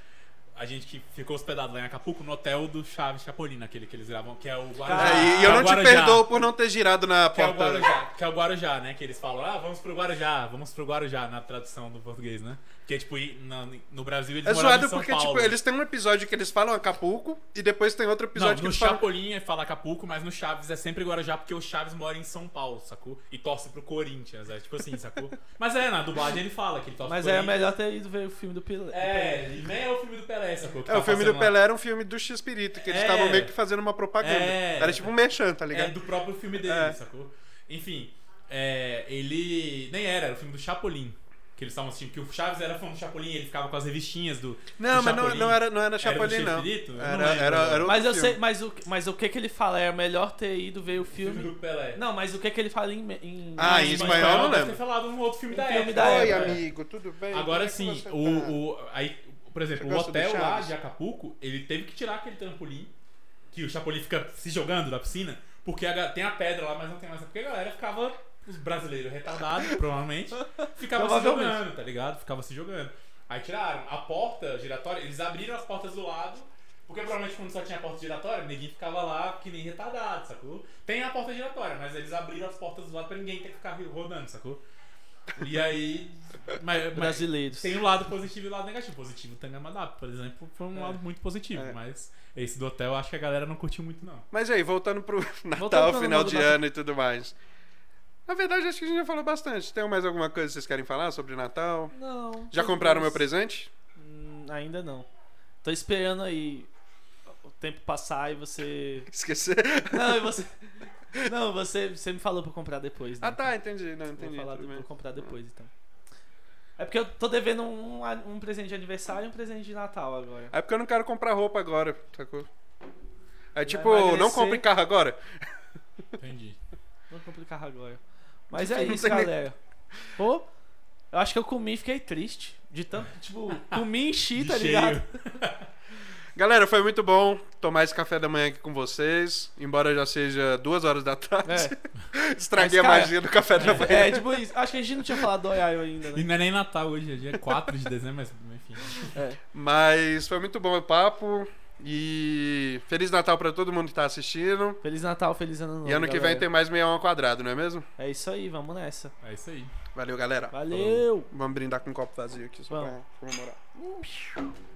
[SPEAKER 3] A gente que ficou hospedado lá em Acapulco no hotel do Chaves Chapolin, aquele que eles gravam, que é o Guarujá.
[SPEAKER 2] Ah,
[SPEAKER 1] É, e- e
[SPEAKER 3] que é
[SPEAKER 1] eu
[SPEAKER 3] o
[SPEAKER 1] não te
[SPEAKER 3] Guarujá.
[SPEAKER 1] perdoo por não ter girado na
[SPEAKER 3] Que é, o
[SPEAKER 1] porta.
[SPEAKER 3] Guarujá, que é o Guarujá, né? Que eles falam, ah, vamos pro Guarujá, vamos pro Guarujá, na tradução do português, né? Porque, tipo, ir na- no Brasil eles
[SPEAKER 1] É
[SPEAKER 3] moravam
[SPEAKER 1] zoado
[SPEAKER 3] em São
[SPEAKER 1] porque,
[SPEAKER 3] Paulo.
[SPEAKER 1] tipo, eles têm um episódio que eles falam Acapulco e depois tem outro
[SPEAKER 3] Não,
[SPEAKER 1] episódio que
[SPEAKER 3] no
[SPEAKER 1] eles falam.
[SPEAKER 3] Chapolin é fala Acapulco, mas no Chaves é sempre Guarujá, porque o Chaves mora em São Paulo, sacou? E torce pro Corinthians, é tipo assim, sacou? Mas é, na dublagem ele fala que ele torce
[SPEAKER 2] Mas
[SPEAKER 3] pro
[SPEAKER 2] é
[SPEAKER 3] Corinthians.
[SPEAKER 2] melhor ter ido ver o filme do Pilé.
[SPEAKER 3] É, e nem é o filme do Pelé, sacou? Que
[SPEAKER 1] É,
[SPEAKER 3] tá
[SPEAKER 1] o filme do
[SPEAKER 3] passando lá.
[SPEAKER 1] Pelé era um filme do X-Espírito, que eles
[SPEAKER 3] É.
[SPEAKER 1] estavam meio que fazendo uma propaganda.
[SPEAKER 3] É.
[SPEAKER 1] Era tipo um merchan, tá ligado?
[SPEAKER 3] É do próprio filme dele,
[SPEAKER 1] É.
[SPEAKER 3] sacou? Enfim, é, ele. Nem era, era o filme do Chapolin. Que eles estavam assistindo, que o Chaves era fã do Chapolin, ele ficava com as revistinhas do.
[SPEAKER 1] Não,
[SPEAKER 3] do
[SPEAKER 1] mas não,
[SPEAKER 3] Chapolin.
[SPEAKER 1] não era, não era
[SPEAKER 3] Era do
[SPEAKER 1] Chapolin, não.
[SPEAKER 3] Chespirito? Eu não
[SPEAKER 1] Era,
[SPEAKER 3] lembro
[SPEAKER 1] era, era
[SPEAKER 3] agora.
[SPEAKER 1] outro
[SPEAKER 2] Mas eu
[SPEAKER 1] filme.
[SPEAKER 2] sei, mas o, mas o que que ele fala? É melhor ter ido ver o
[SPEAKER 3] O filme
[SPEAKER 2] filme.
[SPEAKER 3] do Pelé.
[SPEAKER 2] Não, mas o que que ele fala em. em-
[SPEAKER 1] Ah,
[SPEAKER 2] em
[SPEAKER 1] em espanhol eu não
[SPEAKER 3] deve
[SPEAKER 1] lembro.
[SPEAKER 3] ter falado num outro filme
[SPEAKER 2] Um
[SPEAKER 3] da
[SPEAKER 2] filme
[SPEAKER 3] época.
[SPEAKER 2] da
[SPEAKER 1] Oi,
[SPEAKER 2] época.
[SPEAKER 1] amigo, tudo bem? Como é
[SPEAKER 3] Agora
[SPEAKER 1] que
[SPEAKER 3] sim,
[SPEAKER 1] você tá?
[SPEAKER 3] o, o, aí, por exemplo,
[SPEAKER 1] Você
[SPEAKER 3] o
[SPEAKER 1] gosta do
[SPEAKER 3] hotel lá
[SPEAKER 1] Chaves?
[SPEAKER 3] de Acapulco, ele teve que tirar aquele trampolim, que o Chapolin fica se jogando da piscina, porque a ga- tem a pedra lá, mas não tem mais. Porque a galera ficava, os brasileiros retardados, provavelmente, ficava se
[SPEAKER 2] Provavelmente.
[SPEAKER 3] jogando, tá ligado? Ficava se jogando. Aí tiraram a porta giratória, eles abriram as portas do lado, porque provavelmente quando só tinha a porta giratória, ninguém ficava lá que nem retardado, sacou? Tem a porta giratória, mas eles abriram as portas do lado pra ninguém ter que ficar rodando, sacou? E aí. Mas, mas-
[SPEAKER 2] Brasileiros.
[SPEAKER 3] tem o lado positivo e o lado negativo. Positivo Tangamadap, por exemplo, foi um lado muito positivo,
[SPEAKER 1] É.
[SPEAKER 3] mas esse do hotel eu acho que a galera não curtiu muito, não.
[SPEAKER 1] Mas aí, voltando pro Natal,
[SPEAKER 2] Voltando pro
[SPEAKER 1] final
[SPEAKER 2] Natal.
[SPEAKER 1] de ano e tudo mais. Na verdade, acho que a gente já falou bastante. Tem mais alguma coisa que vocês querem falar sobre Natal?
[SPEAKER 2] Não.
[SPEAKER 1] um Já compraram meu presente?
[SPEAKER 2] Hum, ainda não. Tô esperando aí o tempo passar e você.
[SPEAKER 1] Esquecer?
[SPEAKER 2] Não, e você. Não, você, você me falou pra comprar depois, né?
[SPEAKER 1] Ah, tá, entendi. Não,
[SPEAKER 2] Vou
[SPEAKER 1] entendi.
[SPEAKER 2] falar
[SPEAKER 1] tudo
[SPEAKER 2] de-
[SPEAKER 1] bem.
[SPEAKER 2] vou comprar depois, então. É porque eu tô devendo um, um presente de aniversário e um presente de Natal agora.
[SPEAKER 1] É porque eu não quero comprar roupa agora, sacou? É tipo,
[SPEAKER 2] emagrecer.
[SPEAKER 1] não compre carro agora.
[SPEAKER 3] Entendi.
[SPEAKER 2] Não complicar agora. Mas é
[SPEAKER 1] Não
[SPEAKER 2] isso,
[SPEAKER 1] tem nem-
[SPEAKER 2] galera. Pô, eu acho que eu comi e fiquei triste. De tanto, tipo, comi e enchi,
[SPEAKER 3] De
[SPEAKER 2] tá
[SPEAKER 3] cheio.
[SPEAKER 2] ligado?
[SPEAKER 1] Galera, foi muito bom tomar esse café da manhã aqui com vocês. Embora já seja duas horas da tarde. Estraguei
[SPEAKER 2] Mas, cara,
[SPEAKER 1] a magia do café da manhã.
[SPEAKER 2] É, tipo isso. Acho que a gente não tinha falado do Oiaio ainda,
[SPEAKER 3] E
[SPEAKER 2] né?
[SPEAKER 3] não é nem Natal hoje, é dia 4 de dezembro, mas enfim.
[SPEAKER 2] É.
[SPEAKER 1] Mas foi muito bom o papo. E Feliz Natal pra todo mundo que tá assistindo.
[SPEAKER 2] Feliz Natal, feliz ano novo.
[SPEAKER 1] E ano que vem
[SPEAKER 2] galera.
[SPEAKER 1] tem mais 61 ao quadrado, não é mesmo?
[SPEAKER 2] É isso aí, vamos nessa.
[SPEAKER 3] É isso aí.
[SPEAKER 1] Valeu, galera.
[SPEAKER 2] Valeu!
[SPEAKER 1] Vamos brindar com um copo vazio aqui só
[SPEAKER 2] Vamos.
[SPEAKER 1] pra comemorar.